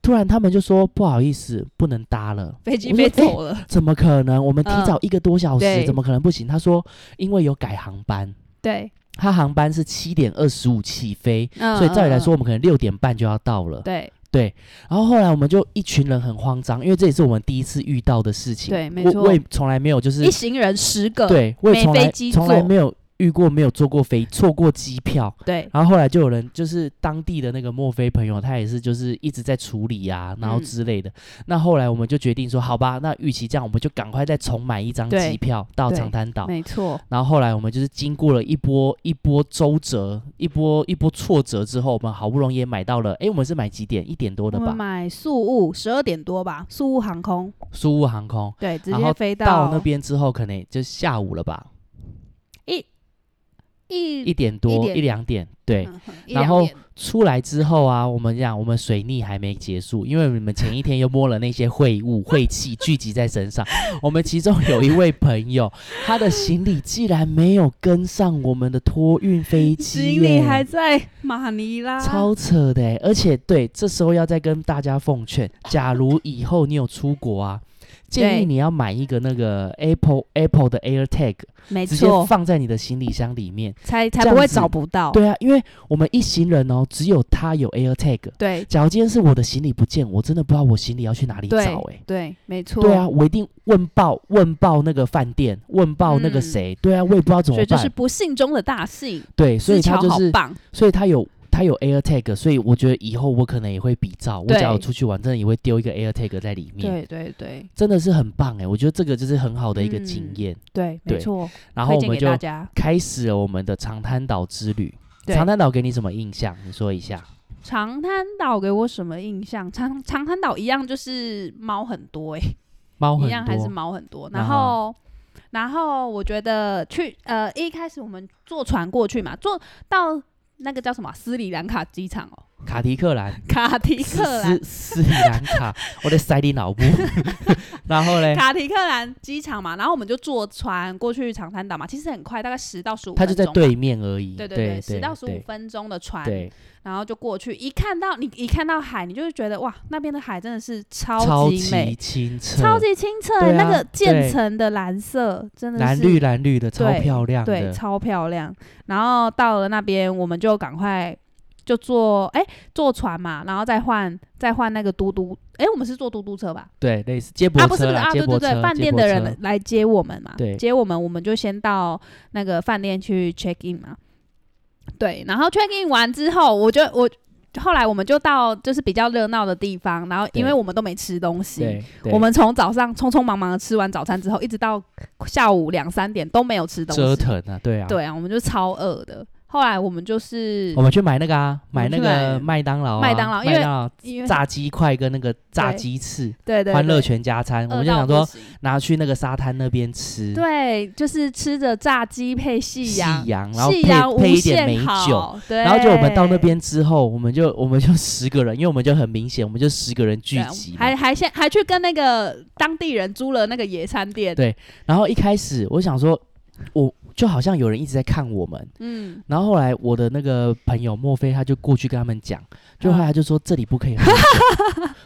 Speaker 1: 突然他们就说不好意思，不能搭了。
Speaker 2: 飞机
Speaker 1: 我
Speaker 2: 飞
Speaker 1: 说哎
Speaker 2: 走了，
Speaker 1: 怎么可能？我们提
Speaker 2: 嗯
Speaker 1: 早一个多小时，
Speaker 2: 对
Speaker 1: 怎么可能不行？他说因为有改航班，
Speaker 2: 对，
Speaker 1: 它航班是七点二十五起飞，
Speaker 2: 嗯
Speaker 1: 所以照理来说，
Speaker 2: 嗯
Speaker 1: 我们可能六点半就要到了
Speaker 2: 嗯。对
Speaker 1: 然后后来我们就一群人很慌张，因为这也是我们第一次遇到的事情。
Speaker 2: 对没
Speaker 1: 我
Speaker 2: 错
Speaker 1: 我也从来没有就是
Speaker 2: 一行人十个，
Speaker 1: 对，我也
Speaker 2: 没
Speaker 1: 从来
Speaker 2: 飞机
Speaker 1: 从来
Speaker 2: 坐
Speaker 1: 没有遇过没有坐过飞错过机票。
Speaker 2: 对
Speaker 1: 然后后来就有人就是当地的那个墨菲朋友，他也是就是一直在处理啊，然后
Speaker 2: 嗯
Speaker 1: 之类的。那后来我们就决定说，好吧，那与其这样，我们就赶快再重买一张
Speaker 2: 对
Speaker 1: 机票到
Speaker 2: 对
Speaker 1: 长滩岛。
Speaker 2: 没错，
Speaker 1: 然后后来我们就是经过了一波一波周折，一波一波挫折之后，我们好不容易也买到了。诶，我们是买几点？一点多的
Speaker 2: 我们
Speaker 1: 吧？
Speaker 2: 买宿务十二点多吧，宿务航空，
Speaker 1: 苏雾航空
Speaker 2: 对，直
Speaker 1: 然
Speaker 2: 接
Speaker 1: 后
Speaker 2: 飞
Speaker 1: 到那边之后，可能就下午了吧，一
Speaker 2: 嗯一
Speaker 1: 点多
Speaker 2: 点
Speaker 1: 一两点。对，
Speaker 2: 嗯哼一
Speaker 1: 然
Speaker 2: 两
Speaker 1: 后
Speaker 2: 点
Speaker 1: 出来之后啊，我们讲我们水逆还没结束，因为你们前一天又摸了那些秽物、晦气聚集在身上。 我们其中有一位朋友，他的行李竟然没有跟上我们的托运飞机耶，
Speaker 2: 行李还在啊马尼拉，
Speaker 1: 超扯的欸，而且对，这时候要再跟大家奉劝，假如以后你有出国啊，建
Speaker 2: 对
Speaker 1: 议你要买一个那个 Apple Apple 的 AirTag，
Speaker 2: 没
Speaker 1: 直接
Speaker 2: 错，
Speaker 1: 放在你的行李箱里面。
Speaker 2: 才才
Speaker 1: 这样
Speaker 2: 不会
Speaker 1: 子
Speaker 2: 找不到。
Speaker 1: 对啊，因为我们一行人哦，只有他有 AirTag。
Speaker 2: 对
Speaker 1: 假如今天是我的行李不见，我真的不知道我行李要去哪里找
Speaker 2: 对
Speaker 1: 哎、欸。
Speaker 2: 对，没错。
Speaker 1: 对啊，我一定问爆问爆那个饭店，问爆那个
Speaker 2: 嗯
Speaker 1: 谁。对啊，我也不知道怎
Speaker 2: 所
Speaker 1: 么
Speaker 2: 以就
Speaker 1: 办。
Speaker 2: 是不幸中的大幸，
Speaker 1: 对，所以
Speaker 2: 自
Speaker 1: 他
Speaker 2: 嘲
Speaker 1: 就
Speaker 2: 好
Speaker 1: 是，
Speaker 2: 棒，
Speaker 1: 所以他有他有 AirTag，所以我觉得以后我可能也会比照，我
Speaker 2: 对
Speaker 1: 只要有出去玩，真的也会丢一个 AirTag 在里面。
Speaker 2: 对对对
Speaker 1: 真的是很棒哎、我觉得这个就是很好的一个经
Speaker 2: 嗯
Speaker 1: 验。
Speaker 2: 对，没
Speaker 1: 对
Speaker 2: 错。
Speaker 1: 然后我
Speaker 2: 推荐
Speaker 1: 们
Speaker 2: 给大
Speaker 1: 就
Speaker 2: 家，
Speaker 1: 开始了我们的长滩岛之旅。
Speaker 2: 对
Speaker 1: 长滩岛给你什么印象？你说一下。
Speaker 2: 长滩岛给我什么印象？长长滩岛一样就是猫很多哎、
Speaker 1: 猫很
Speaker 2: 一样还是
Speaker 1: 多，
Speaker 2: 猫很多。
Speaker 1: 然
Speaker 2: 然
Speaker 1: 后
Speaker 2: 后，然后我觉得去呃一开始我们坐船过去嘛，坐到那个叫什么啊斯里兰卡机场哦，
Speaker 1: 卡迪克兰。
Speaker 2: 卡提克兰
Speaker 1: 斯斯斯里兰卡，我得塞你脑部。 然后嘞，
Speaker 2: 卡提克兰机场嘛，然后我们就坐船过去长滩岛嘛，其实很快，大概十到十五，
Speaker 1: 他就在对。面而已。
Speaker 2: 对
Speaker 1: 对
Speaker 2: 对，十到十五
Speaker 1: 对
Speaker 2: 分钟的船，
Speaker 1: 对，
Speaker 2: 然后就过去。一看到你一看到海，你就会觉得哇，那边的海真的是超
Speaker 1: 超
Speaker 2: 级
Speaker 1: 级，
Speaker 2: 美
Speaker 1: 清澈，
Speaker 2: 超级清澈、
Speaker 1: 对啊
Speaker 2: 那个
Speaker 1: 对
Speaker 2: 渐层的蓝色真的是
Speaker 1: 蓝绿蓝绿的，超
Speaker 2: 对
Speaker 1: 漂亮
Speaker 2: 对，
Speaker 1: 的。
Speaker 2: 超漂亮。然后到了那边，我们就赶快就坐哎、坐船嘛，然后再换再换那个嘟嘟，哎、我们是坐嘟嘟车吧？
Speaker 1: 对，类似接
Speaker 2: 啊，
Speaker 1: 驳
Speaker 2: 不是
Speaker 1: 车
Speaker 2: 不是
Speaker 1: 啦，
Speaker 2: 啊，
Speaker 1: 接
Speaker 2: 对
Speaker 1: 驳
Speaker 2: 对
Speaker 1: 车，
Speaker 2: 对，饭
Speaker 1: 接
Speaker 2: 店
Speaker 1: 驳
Speaker 2: 的
Speaker 1: 车
Speaker 2: 人来接我们嘛，
Speaker 1: 对
Speaker 2: 接我们，我们就先到那个饭店去 check in 嘛。对，然后 check in 完之后，我就我后来我们就到就是比较热闹的地方，然后因
Speaker 1: 对
Speaker 2: 为我们都没吃东西，
Speaker 1: 对，对
Speaker 2: 我们从早上匆匆忙忙地吃完早餐之后，一直到下午两三点都没有吃东西，
Speaker 1: 折腾啊，对啊，
Speaker 2: 对啊，我们就超饿的。后来我们就是
Speaker 1: 我们去买那个啊，买
Speaker 2: 们
Speaker 1: 那
Speaker 2: 去
Speaker 1: 个
Speaker 2: 买
Speaker 1: 麦当劳啊，
Speaker 2: 麦当劳因为
Speaker 1: 麦当劳
Speaker 2: 因为
Speaker 1: 炸鸡块跟那个炸
Speaker 2: 对
Speaker 1: 鸡翅，
Speaker 2: 对对
Speaker 1: 欢乐
Speaker 2: 对
Speaker 1: 全家餐，我
Speaker 2: 饿
Speaker 1: 们就
Speaker 2: 到
Speaker 1: 想
Speaker 2: 不
Speaker 1: 说
Speaker 2: 行
Speaker 1: 拿去那个沙滩那边吃。
Speaker 2: 对，就是吃着炸鸡配夕阳，
Speaker 1: 夕阳然后
Speaker 2: 夕
Speaker 1: 配
Speaker 2: 阳
Speaker 1: 配
Speaker 2: 无
Speaker 1: 一点
Speaker 2: 限
Speaker 1: 美
Speaker 2: 好
Speaker 1: 酒，
Speaker 2: 对。
Speaker 1: 然后就我们到那边之后，我们就我们就十个人，因为我们就很明显，我们就十个人聚
Speaker 2: 对啊
Speaker 1: 集嘛。
Speaker 2: 还还先还去跟那个当地人租了那个野餐店，
Speaker 1: 对然后一开始我想说，我就好像有人一直在看我们。
Speaker 2: 嗯，
Speaker 1: 然后后来我的那个朋友莫非他就过去跟他们讲，就后来他就说这里不可以喝 酒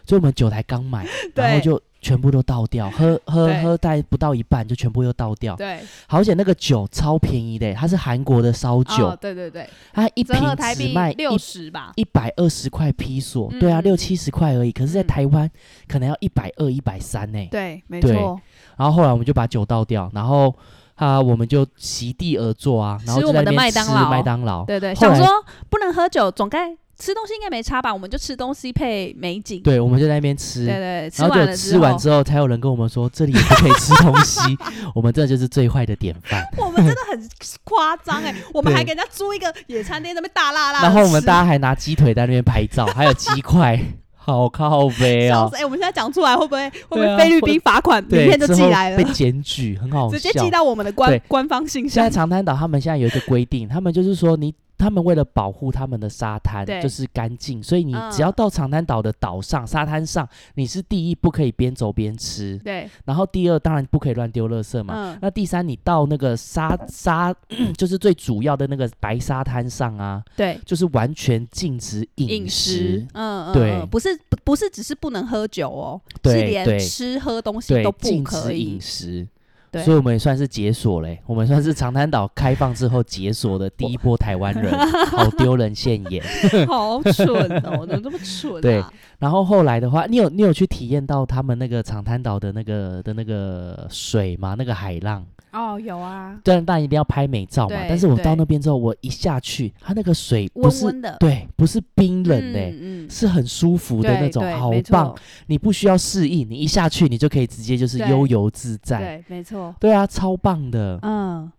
Speaker 1: 所以我们酒才刚买，然后
Speaker 2: 对
Speaker 1: 就全部都倒掉，喝喝
Speaker 2: 对
Speaker 1: 喝大概不到一半就全部又倒掉。
Speaker 2: 对，
Speaker 1: 好险那个酒超便宜的，它是韩国的烧酒，
Speaker 2: 哦，对对对，
Speaker 1: 它一
Speaker 2: 折合
Speaker 1: 瓶
Speaker 2: 台
Speaker 1: 只
Speaker 2: 币
Speaker 1: 卖
Speaker 2: 六
Speaker 1: 一
Speaker 2: 十吧，
Speaker 1: 一百二十块披索，对啊，
Speaker 2: 嗯
Speaker 1: 六七十块而已。可是，在
Speaker 2: 嗯
Speaker 1: 台湾可能要一百二、一百三呢。
Speaker 2: 对，没
Speaker 1: 对
Speaker 2: 错，
Speaker 1: 然后后来我们就把酒倒掉，然后啊，我们就席地而坐啊，然后
Speaker 2: 吃
Speaker 1: 就
Speaker 2: 我
Speaker 1: 在
Speaker 2: 们
Speaker 1: 那
Speaker 2: 的
Speaker 1: 边
Speaker 2: 麦
Speaker 1: 吃
Speaker 2: 当劳
Speaker 1: 麦当劳。
Speaker 2: 对对，
Speaker 1: 后
Speaker 2: 想
Speaker 1: 来
Speaker 2: 说不能喝酒，总该吃东西应该没差吧，我们就吃东西配美景，
Speaker 1: 对，我们就在那边吃，
Speaker 2: 对对，吃
Speaker 1: 然后
Speaker 2: 完
Speaker 1: 就
Speaker 2: 了
Speaker 1: 吃完之后才有人跟我们说这里也不可以吃东 西，我们这就是最坏的典范。
Speaker 2: 我们真的很夸张哎，我们
Speaker 1: 对
Speaker 2: 还给人家租一个野餐店，在那边大辣辣地吃。
Speaker 1: 然后我们大家还拿鸡腿在那边拍照，还有鸡块， 好靠背
Speaker 2: 笑
Speaker 1: 哦
Speaker 2: 死！。哎、我们现在讲出来会不会会不
Speaker 1: 对啊
Speaker 2: 会菲律宾罚款？
Speaker 1: 对，
Speaker 2: 明天就
Speaker 1: 之
Speaker 2: 寄
Speaker 1: 后
Speaker 2: 来了
Speaker 1: 被，检举，很好笑。
Speaker 2: 直接寄到我们的官
Speaker 1: 对
Speaker 2: 官方 信
Speaker 1: 现在
Speaker 2: 箱。
Speaker 1: 长滩岛他们现在有一个规定，他们就是说你。他们为了保护他们的沙滩，
Speaker 2: 对
Speaker 1: 就是干净，所以你
Speaker 2: 嗯
Speaker 1: 只要到长滩岛的岛上、沙滩上，你是第一不可以边走边吃，
Speaker 2: 对，
Speaker 1: 然后第二当然不可以乱丢垃圾嘛，
Speaker 2: 嗯，
Speaker 1: 那第三你到那个沙沙 就是最主要的那个白沙滩上啊，
Speaker 2: 对，
Speaker 1: 就是完全禁止饮
Speaker 2: 饮食，嗯嗯，
Speaker 1: 对
Speaker 2: 嗯不是不不是只是不能喝酒哦，是
Speaker 1: 对
Speaker 2: 连
Speaker 1: 对
Speaker 2: 吃喝东西
Speaker 1: 对
Speaker 2: 都，不
Speaker 1: 禁
Speaker 2: 可
Speaker 1: 止
Speaker 2: 以
Speaker 1: 饮。食，
Speaker 2: 对
Speaker 1: 所以我们也算是解锁嘞、我们算是长滩岛开放之后解锁的第一波台湾 人，好丢人现眼。
Speaker 2: 好蠢哦，怎么这么蠢啊？
Speaker 1: 对然后后来的话，你有你有去体验到他们那个长滩岛的那个的那个水吗？那个海浪，
Speaker 2: 哦，有啊，
Speaker 1: 当然当然一定要拍美照嘛。
Speaker 2: 对
Speaker 1: 但是我
Speaker 2: 对
Speaker 1: 到那边之后，我一下去，它那个水不
Speaker 2: 温
Speaker 1: 是
Speaker 2: 温的，
Speaker 1: 对，不是冰冷的、
Speaker 2: 嗯嗯，
Speaker 1: 是很舒服的
Speaker 2: 对
Speaker 1: 那种，
Speaker 2: 对
Speaker 1: 好
Speaker 2: 没
Speaker 1: 棒
Speaker 2: 错。
Speaker 1: 你不需要适应，你一下去你就可以直接就是
Speaker 2: 对
Speaker 1: 悠游自在。
Speaker 2: 对，没错，
Speaker 1: 对啊，超棒的。
Speaker 2: 嗯。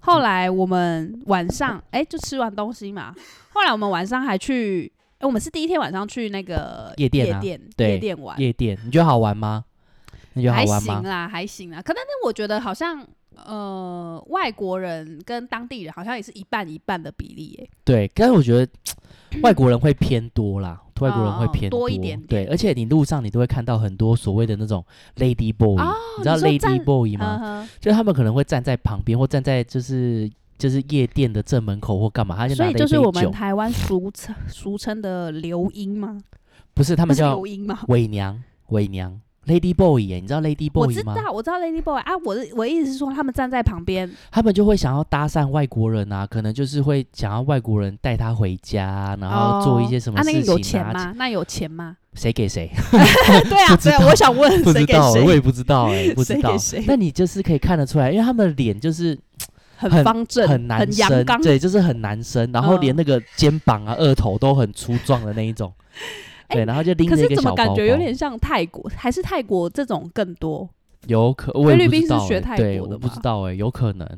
Speaker 2: 后来我们晚上，哎、就吃完东西嘛。后来我们晚上还去，哎、我们是第一天晚上去那个
Speaker 1: 夜店啊
Speaker 2: 夜店，
Speaker 1: 对
Speaker 2: 夜店玩，
Speaker 1: 夜店，你觉得好玩吗？你觉得好
Speaker 2: 还
Speaker 1: 玩
Speaker 2: 行啊
Speaker 1: 吗？
Speaker 2: 啦，还行啦。可但是我觉得好像，呃，外国人跟当地人好像也是一半一半的比例、耶。
Speaker 1: 对，但是我觉得 外国人会偏多啦，外国人会偏
Speaker 2: 嗯多一点
Speaker 1: 对，而且你路上你都会看到很多所谓的那种 lady boy，、
Speaker 2: 哦
Speaker 1: 你知道
Speaker 2: 你说
Speaker 1: lady
Speaker 2: 站
Speaker 1: boy 吗？
Speaker 2: 嗯哼，
Speaker 1: 就是他们可能会站在旁边，或站在就是就是夜店的正门口或干嘛，他就
Speaker 2: 所
Speaker 1: 拿
Speaker 2: 以
Speaker 1: 着一杯
Speaker 2: 就是我们
Speaker 1: 酒，
Speaker 2: 台湾俗称俗称的流音吗？
Speaker 1: 不是他
Speaker 2: 不
Speaker 1: 们
Speaker 2: 是
Speaker 1: 叫
Speaker 2: 流音吗？
Speaker 1: 伪娘，伪娘 lady boy 耶，你知道 lady
Speaker 2: 我
Speaker 1: boy
Speaker 2: 知
Speaker 1: 吗？
Speaker 2: 道，我知道 Lady Boy 啊，我的我的意思是说，他们站在旁边，
Speaker 1: 他们就会想要搭讪外国人啊，可能就是会想要外国人带他回家，然后做一些什么
Speaker 2: 哦啊？
Speaker 1: 事
Speaker 2: 那
Speaker 1: 情
Speaker 2: 个有钱
Speaker 1: 啊
Speaker 2: 吗？那有 钱吗？
Speaker 1: 谁给 谁？
Speaker 2: 对啊，
Speaker 1: 不知
Speaker 2: 对
Speaker 1: 道
Speaker 2: 啊，我想问
Speaker 1: 不
Speaker 2: 谁
Speaker 1: 知
Speaker 2: 给
Speaker 1: 道欸，我
Speaker 2: 谁
Speaker 1: 也不知道哎、不知
Speaker 2: 谁
Speaker 1: 道
Speaker 2: 给谁。
Speaker 1: 那你就是可以看得出来，因为他们的脸就是很
Speaker 2: 很方正，
Speaker 1: 很男
Speaker 2: 阳
Speaker 1: 生
Speaker 2: 刚，
Speaker 1: 对，就是很男生，然后
Speaker 2: 嗯
Speaker 1: 连那个肩膀啊、二头都很粗壮的那一 种，对，然后就拎
Speaker 2: 哎可
Speaker 1: 着一
Speaker 2: 是
Speaker 1: 个
Speaker 2: 怎么
Speaker 1: 小包
Speaker 2: 感
Speaker 1: 包。
Speaker 2: 觉有点像泰国？还是泰国这种更多？
Speaker 1: 有可，我也
Speaker 2: 菲律
Speaker 1: 不知
Speaker 2: 宾是
Speaker 1: 道欸
Speaker 2: 学泰
Speaker 1: 对，
Speaker 2: 国的
Speaker 1: 我不
Speaker 2: 吧
Speaker 1: 知道哎、有可能，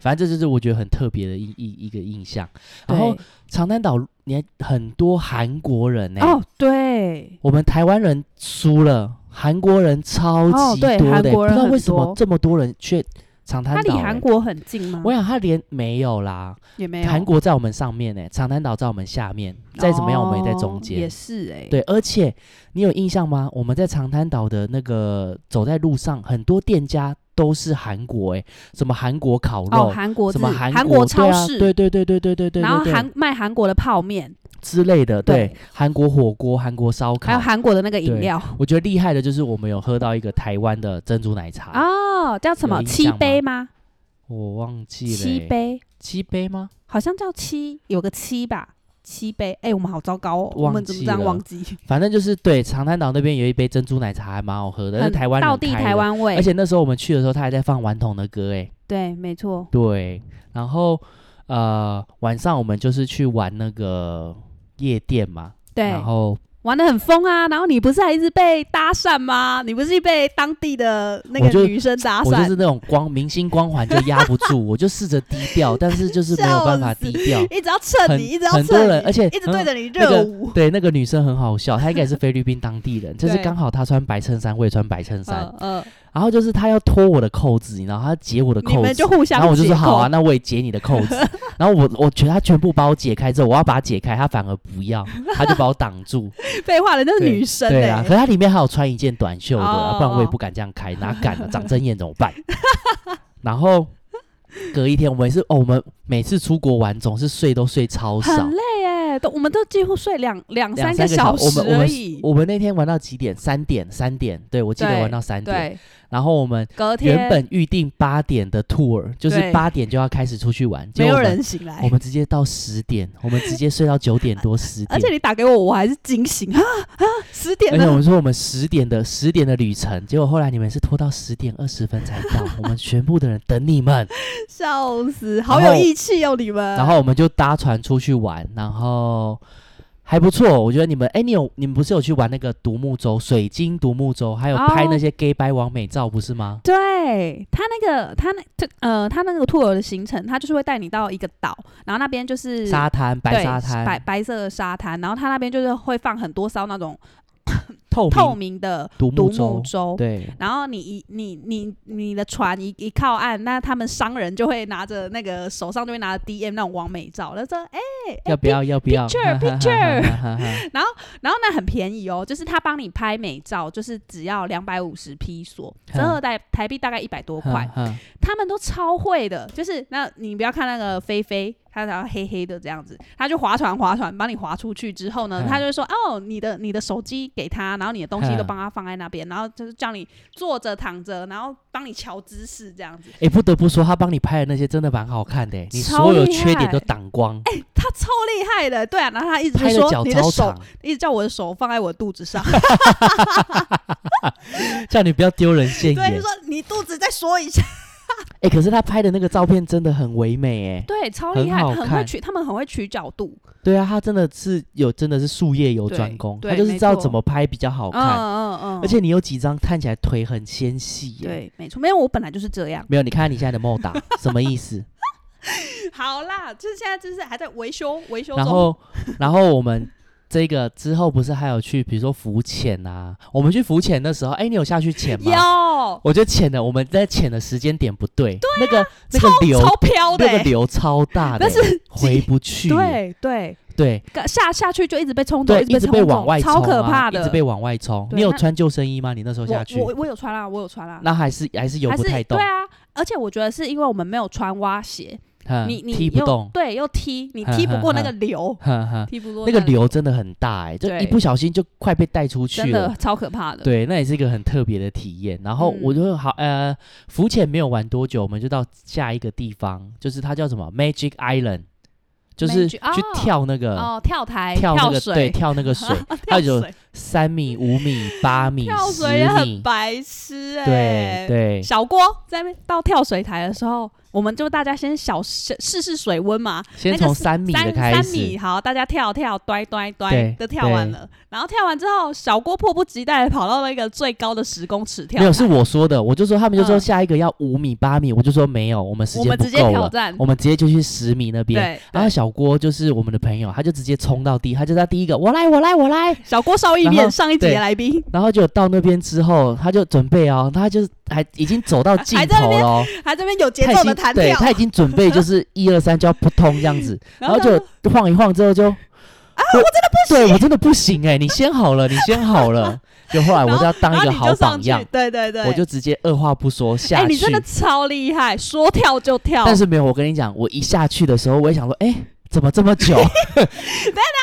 Speaker 1: 反正这就是我觉得很特别的一一一个印象。然后长滩岛，你还很多韩国人
Speaker 2: 对
Speaker 1: 哎、
Speaker 2: 哦，对，
Speaker 1: 我们台湾人输了，韩国人超
Speaker 2: 哦
Speaker 1: 级
Speaker 2: 对
Speaker 1: 多的欸、
Speaker 2: 韩国
Speaker 1: 不
Speaker 2: 人
Speaker 1: 知道
Speaker 2: 很
Speaker 1: 为什么
Speaker 2: 多
Speaker 1: 这么多人去长滩
Speaker 2: 它
Speaker 1: 岛、
Speaker 2: 离
Speaker 1: 欸。
Speaker 2: 韩国很近吗？
Speaker 1: 我想他连没有啦，
Speaker 2: 也没有，
Speaker 1: 韩国在我们上面呢、欸长滩岛在我们下面，再怎么样我们也在中
Speaker 2: 哦
Speaker 1: 间。
Speaker 2: 也是哎，
Speaker 1: 对，而且你有印象吗？我们在长滩岛的那个走在路上，很多店家都是韩国、欸，什么韩国烤
Speaker 2: 哦，
Speaker 1: 肉，
Speaker 2: 韩国
Speaker 1: 什
Speaker 2: 字
Speaker 1: 么韩
Speaker 2: 韩
Speaker 1: 国
Speaker 2: 国超
Speaker 1: 对啊
Speaker 2: 市，
Speaker 1: 对对对对对对对，
Speaker 2: 然后
Speaker 1: 对
Speaker 2: 韩卖韩国的泡面，
Speaker 1: 之类的，
Speaker 2: 对
Speaker 1: 对，韩国火锅、韩国烧
Speaker 2: 还有
Speaker 1: 烤。
Speaker 2: 韩国的那个饮
Speaker 1: 对
Speaker 2: 料
Speaker 1: 我觉得厉害的就是我们有喝到一个台湾的珍珠奶茶，
Speaker 2: 哦，叫什
Speaker 1: 有
Speaker 2: 么
Speaker 1: 印
Speaker 2: 七
Speaker 1: 象吗
Speaker 2: 杯吗？
Speaker 1: 我忘记欸了、
Speaker 2: 七，杯，
Speaker 1: 七杯吗？
Speaker 2: 好像叫七，有个七吧，七杯。哎、我们好糟糕哦，我
Speaker 1: 忘
Speaker 2: 们怎么
Speaker 1: 记
Speaker 2: 这样
Speaker 1: 了
Speaker 2: 忘记？
Speaker 1: 反正就是对长滩岛那边有一杯珍珠奶茶，还蛮好喝的，是
Speaker 2: 很
Speaker 1: 台 湾人
Speaker 2: 到地
Speaker 1: 开的
Speaker 2: 台湾味，
Speaker 1: 而且那时候我们去的时候，他还在放顽童的歌，哎，
Speaker 2: 对，没错，
Speaker 1: 对。然后呃，晚上我们就是去玩那个夜店嘛，
Speaker 2: 对，
Speaker 1: 然后
Speaker 2: 玩的很疯啊。然后你不是还一直被搭讪吗？你不是被当地的那
Speaker 1: 我就
Speaker 2: 个女生搭
Speaker 1: 我就是
Speaker 2: 讪？。
Speaker 1: 那种光明星光环就压不住，我就试着低调，但是就是没有办法低调
Speaker 2: 一直要蹭
Speaker 1: 很
Speaker 2: 你，一直要
Speaker 1: 很多
Speaker 2: 蹭
Speaker 1: 人
Speaker 2: 你，
Speaker 1: 而且
Speaker 2: 一直
Speaker 1: 很
Speaker 2: 对着你
Speaker 1: 那个
Speaker 2: 热舞。
Speaker 1: 对，那个女生很好笑，她应该也是菲律宾当地人，就是
Speaker 2: 对
Speaker 1: 刚好她穿白衬衫，我也穿白衬衫，
Speaker 2: 嗯嗯，
Speaker 1: 然后就是她要脱我的扣子，你知道，她解我的
Speaker 2: 你
Speaker 1: 扣
Speaker 2: 们
Speaker 1: 子
Speaker 2: 就，互相
Speaker 1: 然后我就
Speaker 2: 解
Speaker 1: 说好啊，
Speaker 2: 扣，
Speaker 1: 那我也解你的扣 子。然后我我觉得他全部把我解开之后，我要把它解开，他反而不要，他就把我挡 住。
Speaker 2: 废话，人家是
Speaker 1: 对
Speaker 2: 女生
Speaker 1: 对啊，
Speaker 2: 哎
Speaker 1: 可，是他里面还有穿一件短袖的，啊不然我也
Speaker 2: 哦
Speaker 1: 不敢这样开，哪敢啊？长针眼怎么 办？然后隔一天，我们也是哦，我们每次出国玩总是睡都睡超少
Speaker 2: 很。累哎，都我们都几乎睡两两
Speaker 1: 两三
Speaker 2: 三
Speaker 1: 个
Speaker 2: 个小
Speaker 1: 我
Speaker 2: 时
Speaker 1: 们我
Speaker 2: 而
Speaker 1: 们
Speaker 2: 已。
Speaker 1: 我们那天玩到几点？三点，三点。对，我记得
Speaker 2: 对
Speaker 1: 玩到三点。
Speaker 2: 对，
Speaker 1: 然后我们
Speaker 2: 隔天
Speaker 1: 原本预定八点 的 tour，就是
Speaker 2: 对
Speaker 1: 八点就要开始出去玩，结
Speaker 2: 没
Speaker 1: 果
Speaker 2: 有
Speaker 1: 我们
Speaker 2: 人醒来
Speaker 1: 我，们直接到十点，我们直接睡到九点多十点
Speaker 2: 而且。你打给我，我还是惊醒啊啊，十点
Speaker 1: 而且我
Speaker 2: 了，
Speaker 1: 们说我们十点的十点的旅程，结果后来你们是拖到十点二十分才到，我们全部的人等你们，
Speaker 2: 笑死，好
Speaker 1: 然
Speaker 2: 有
Speaker 1: 后
Speaker 2: 义气哦，你们。
Speaker 1: 然后我们就搭船出去玩，然后还不错，我觉得你们，哎，你有你们不是有去玩那个独木舟、水晶独木舟，还有拍
Speaker 2: 哦
Speaker 1: 那些 gay 白完美照，不是吗？
Speaker 2: 对他那个他那这呃他那个 tour 的行程，他就是会带你到一个岛，然后那边就是
Speaker 1: 沙滩白
Speaker 2: 对
Speaker 1: 沙
Speaker 2: 白
Speaker 1: 滩，
Speaker 2: 白色的沙滩，然后他那边就是会放很多艘那种
Speaker 1: 透
Speaker 2: 透
Speaker 1: 明
Speaker 2: 明的
Speaker 1: 独
Speaker 2: 独
Speaker 1: 木
Speaker 2: 木
Speaker 1: 舟，
Speaker 2: 舟。哎
Speaker 1: 对，
Speaker 2: 然后你一你你你的船一一靠岸，那他们商人就会拿着那个手上就会拿着 DM 那种完美照，他说 哎
Speaker 1: 要不要要不要
Speaker 2: picture- picture
Speaker 1: 哈哈哈哈哈哈
Speaker 2: 然后那很便宜哦，就是他帮你拍美照，就是只要两百五十披索，
Speaker 1: 嗯
Speaker 2: 折合台台币大概一百多块。
Speaker 1: 哈哈
Speaker 2: 他们都超会的，就是那你不要看那个菲菲，他然后黑黑的这样子，他就划船划船，帮你划出去之后呢，
Speaker 1: 嗯
Speaker 2: 他就会说哦，你的你的手机给他，然后你的东西都
Speaker 1: 嗯
Speaker 2: 帮他放在那边，然后就是叫你坐着躺着，然后帮你瞧姿势这样子。
Speaker 1: 哎、不得不说，他帮你拍的那些真的蛮好看的欸，你
Speaker 2: 超
Speaker 1: 所有
Speaker 2: 厉
Speaker 1: 缺点
Speaker 2: 害
Speaker 1: 都挡光，
Speaker 2: 他超厉害的，对啊，然后他一直
Speaker 1: 拍的
Speaker 2: 说
Speaker 1: 脚
Speaker 2: 你的
Speaker 1: 超
Speaker 2: 手
Speaker 1: 长，
Speaker 2: 一直叫我的手放在我肚子上，
Speaker 1: 叫你不要丢人现
Speaker 2: 对，
Speaker 1: 眼
Speaker 2: 就。说你肚子再说一下，
Speaker 1: 哎、可是他拍的那个照片真的很唯美哎。
Speaker 2: 对，超
Speaker 1: 很
Speaker 2: 厉害，
Speaker 1: 好
Speaker 2: 很会
Speaker 1: 看
Speaker 2: 取，他们很会取角度，
Speaker 1: 对啊，他真的是有真的是术业有
Speaker 2: 对
Speaker 1: 专攻，他
Speaker 2: 对
Speaker 1: 就是
Speaker 2: 没
Speaker 1: 知道
Speaker 2: 错
Speaker 1: 怎么拍比较好
Speaker 2: 嗯
Speaker 1: 看。
Speaker 2: 嗯嗯，
Speaker 1: 而且你有几张看起来腿很纤细耶。，
Speaker 2: 对，没错，没有，我本来就是这样。
Speaker 1: 没有，你看你现在的莫打 什么意思？
Speaker 2: 好啦，就是现在就是还在维修维修
Speaker 1: 然
Speaker 2: 中，
Speaker 1: 后，然后我们这个之后不是还有去，比如说浮潜啊？我们去浮潜的时候，哎，你有下去潜吗？
Speaker 2: 有
Speaker 1: 我觉得潜的我们在潜的时间点不对，那个那个流
Speaker 2: 啊超飘的
Speaker 1: 那
Speaker 2: 欸、
Speaker 1: 个流超 大的
Speaker 2: 但
Speaker 1: 欸，
Speaker 2: 是
Speaker 1: 回不去欸。
Speaker 2: 对对，
Speaker 1: 对
Speaker 2: 刚下下去就一直被冲走，
Speaker 1: 对，
Speaker 2: 一
Speaker 1: 一直被
Speaker 2: 冲
Speaker 1: 往
Speaker 2: 走
Speaker 1: 外冲啊，
Speaker 2: 超可怕的。
Speaker 1: 一直被往外冲。
Speaker 2: 对
Speaker 1: 你有
Speaker 2: 那
Speaker 1: 穿救生衣吗？你那时候下去
Speaker 2: 我，我我有穿啊，我有穿啊，
Speaker 1: 那还是还是游
Speaker 2: 还
Speaker 1: 不
Speaker 2: 是
Speaker 1: 太动
Speaker 2: 对，啊，而且我觉得是因为我们没有穿蛙鞋，
Speaker 1: 哼
Speaker 2: 你你
Speaker 1: 嗯踢不
Speaker 2: 又
Speaker 1: 动，嗯
Speaker 2: 对，又踢，你
Speaker 1: 哼
Speaker 2: 踢不
Speaker 1: 哼
Speaker 2: 过那
Speaker 1: 哼
Speaker 2: 个流，
Speaker 1: 哼哼，
Speaker 2: 踢不过
Speaker 1: 嗯那个
Speaker 2: 个
Speaker 1: 流真的很大哎，就一
Speaker 2: 对
Speaker 1: 不小心就快被带出去
Speaker 2: 真的
Speaker 1: 了。
Speaker 2: 超可怕的。
Speaker 1: 对，那也是一个很特别的体验。然后
Speaker 2: 嗯
Speaker 1: 我就好，呃，浮潜没有玩多久，我们就到下一个地方，就是它叫什么 Magic Island，就是
Speaker 2: Magic- 哦
Speaker 1: 去跳那个
Speaker 2: 哦，跳台、
Speaker 1: 跳那个对
Speaker 2: 水、
Speaker 1: 跳那个 水，
Speaker 2: 跳
Speaker 1: 它有
Speaker 2: 水
Speaker 1: 三米、五米、八米、
Speaker 2: 跳
Speaker 1: 十
Speaker 2: 水也很
Speaker 1: 米，
Speaker 2: 白痴哎、
Speaker 1: 对对
Speaker 2: 小郭在那边到跳水台的时候，我们就大家先小试试试水温嘛，
Speaker 1: 先
Speaker 2: 那个
Speaker 1: 从
Speaker 2: 是
Speaker 1: 三米的
Speaker 2: 三
Speaker 1: 开
Speaker 2: 三
Speaker 1: 始
Speaker 2: 米，好，大家跳跳端端
Speaker 1: 对
Speaker 2: 端都跳完
Speaker 1: 对
Speaker 2: 了，然后跳完之后，小郭迫不及待地跑到那个最高的十公尺跳
Speaker 1: 没
Speaker 2: 台，
Speaker 1: 有是我说的，我就说他们就说
Speaker 2: 嗯
Speaker 1: 下一个要五米、八米，我就说没有，我们时
Speaker 2: 我
Speaker 1: 间
Speaker 2: 们
Speaker 1: 不
Speaker 2: 直接
Speaker 1: 够
Speaker 2: 挑
Speaker 1: 了，
Speaker 2: 战，
Speaker 1: 我们直接就去十米那边。
Speaker 2: 对，
Speaker 1: 然后小郭就是我们的朋友，他就直接冲到第，他就在第一个，我来，我来，我来。
Speaker 2: 小郭邵一
Speaker 1: 然
Speaker 2: 面
Speaker 1: 后
Speaker 2: 上一集的
Speaker 1: 对
Speaker 2: 来宾
Speaker 1: 然后就到那边之后，他就准备哦，他就还已经走到尽
Speaker 2: 还在那
Speaker 1: 头
Speaker 2: 边
Speaker 1: 了哦，
Speaker 2: 还这边有节
Speaker 1: 他
Speaker 2: 奏
Speaker 1: 已
Speaker 2: 的
Speaker 1: 经
Speaker 2: 弹
Speaker 1: 对
Speaker 2: 跳，
Speaker 1: 他已经准备就是 一二三就要扑通这样子，然后
Speaker 2: 他
Speaker 1: 就晃一晃之后就啊，我真的不行，对我真的不行哎、你先好了，你先好 了。就后来我就要当一
Speaker 2: 然后
Speaker 1: 个
Speaker 2: 你
Speaker 1: 好
Speaker 2: 就上
Speaker 1: 榜
Speaker 2: 去
Speaker 1: 样，，
Speaker 2: 对对对，
Speaker 1: 我就直接二话不说
Speaker 2: 哎、
Speaker 1: 下
Speaker 2: 你
Speaker 1: 去
Speaker 2: 真。的超厉害，说跳就跳，
Speaker 1: 但是没有，我跟你讲，我一下去的时候，我也想说，哎、怎么这么 久？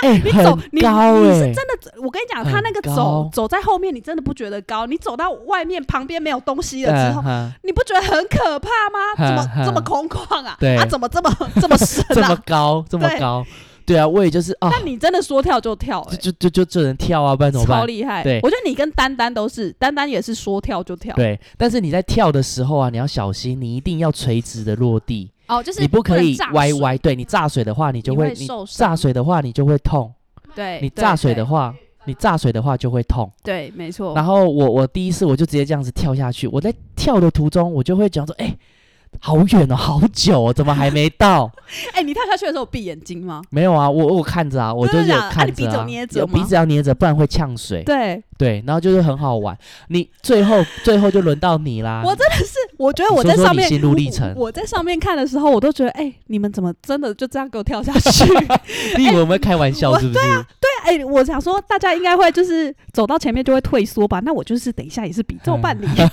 Speaker 1: 哎、
Speaker 2: 你走
Speaker 1: 很
Speaker 2: 你
Speaker 1: 高
Speaker 2: 你
Speaker 1: 哎、
Speaker 2: 是真的，我跟你讲，他那个
Speaker 1: 很
Speaker 2: 走
Speaker 1: 高
Speaker 2: 走在后面，你真的不觉得高？你走到外面旁边没有东西了之
Speaker 1: 嗯
Speaker 2: 后，
Speaker 1: 哼
Speaker 2: 你不觉得很可怕吗？
Speaker 1: 嗯
Speaker 2: 怎么
Speaker 1: 嗯
Speaker 2: 这么空旷啊？
Speaker 1: 对
Speaker 2: 啊，怎么这么 这么深
Speaker 1: 这么
Speaker 2: 啊？
Speaker 1: 高，这么
Speaker 2: 对
Speaker 1: 高，对啊，我也就是啊，
Speaker 2: 但你真的说跳就跳、欸，
Speaker 1: 就就就就只能跳啊，不然怎么
Speaker 2: 超
Speaker 1: 办？
Speaker 2: 厉害。
Speaker 1: 对
Speaker 2: 我觉得你跟丹丹都是，丹丹也是说跳就跳。
Speaker 1: 对，但是你在跳的时候啊，你要小心，你一定要垂直的落地，
Speaker 2: 哦，就是
Speaker 1: 你不可以
Speaker 2: 能炸
Speaker 1: 歪
Speaker 2: 水，
Speaker 1: 歪。对你炸水的话，你就
Speaker 2: 你
Speaker 1: 会
Speaker 2: 会受
Speaker 1: 炸
Speaker 2: 伤
Speaker 1: 水的话你就会痛，
Speaker 2: 对，
Speaker 1: 你
Speaker 2: 对
Speaker 1: 炸水的，话，你炸水的话就会痛。
Speaker 2: 对，对没错。
Speaker 1: 然后我我第一次我就直接这样子跳下去，我在跳的途中我就会讲说，哎、好远哦，好久哦，怎么还没到？
Speaker 2: 哎、你跳下去的时候有闭眼睛吗？
Speaker 1: 没有啊，我我有看着啊，我就
Speaker 2: 真的
Speaker 1: 是有
Speaker 2: 假的啊
Speaker 1: 看
Speaker 2: 你
Speaker 1: 着
Speaker 2: 鼻子有捏着
Speaker 1: 有鼻
Speaker 2: 吗
Speaker 1: 子要捏着，不然会呛水。
Speaker 2: 对，
Speaker 1: 对，然后就是很好玩。你最后最后就轮到你啦，
Speaker 2: 我真的是，我觉得
Speaker 1: 你
Speaker 2: 我
Speaker 1: 说
Speaker 2: 在
Speaker 1: 说
Speaker 2: 上
Speaker 1: 你
Speaker 2: 面
Speaker 1: 心路历程
Speaker 2: 我，我在上面看的时候，我都觉得，哎、你们怎么真的就这样给我跳下 去？
Speaker 1: 你以为我们开玩笑
Speaker 2: 我
Speaker 1: 是不是？
Speaker 2: 哎、我想说，大家应该会就是走到前面就会退缩吧？那我就是等一下也是比照 办理，结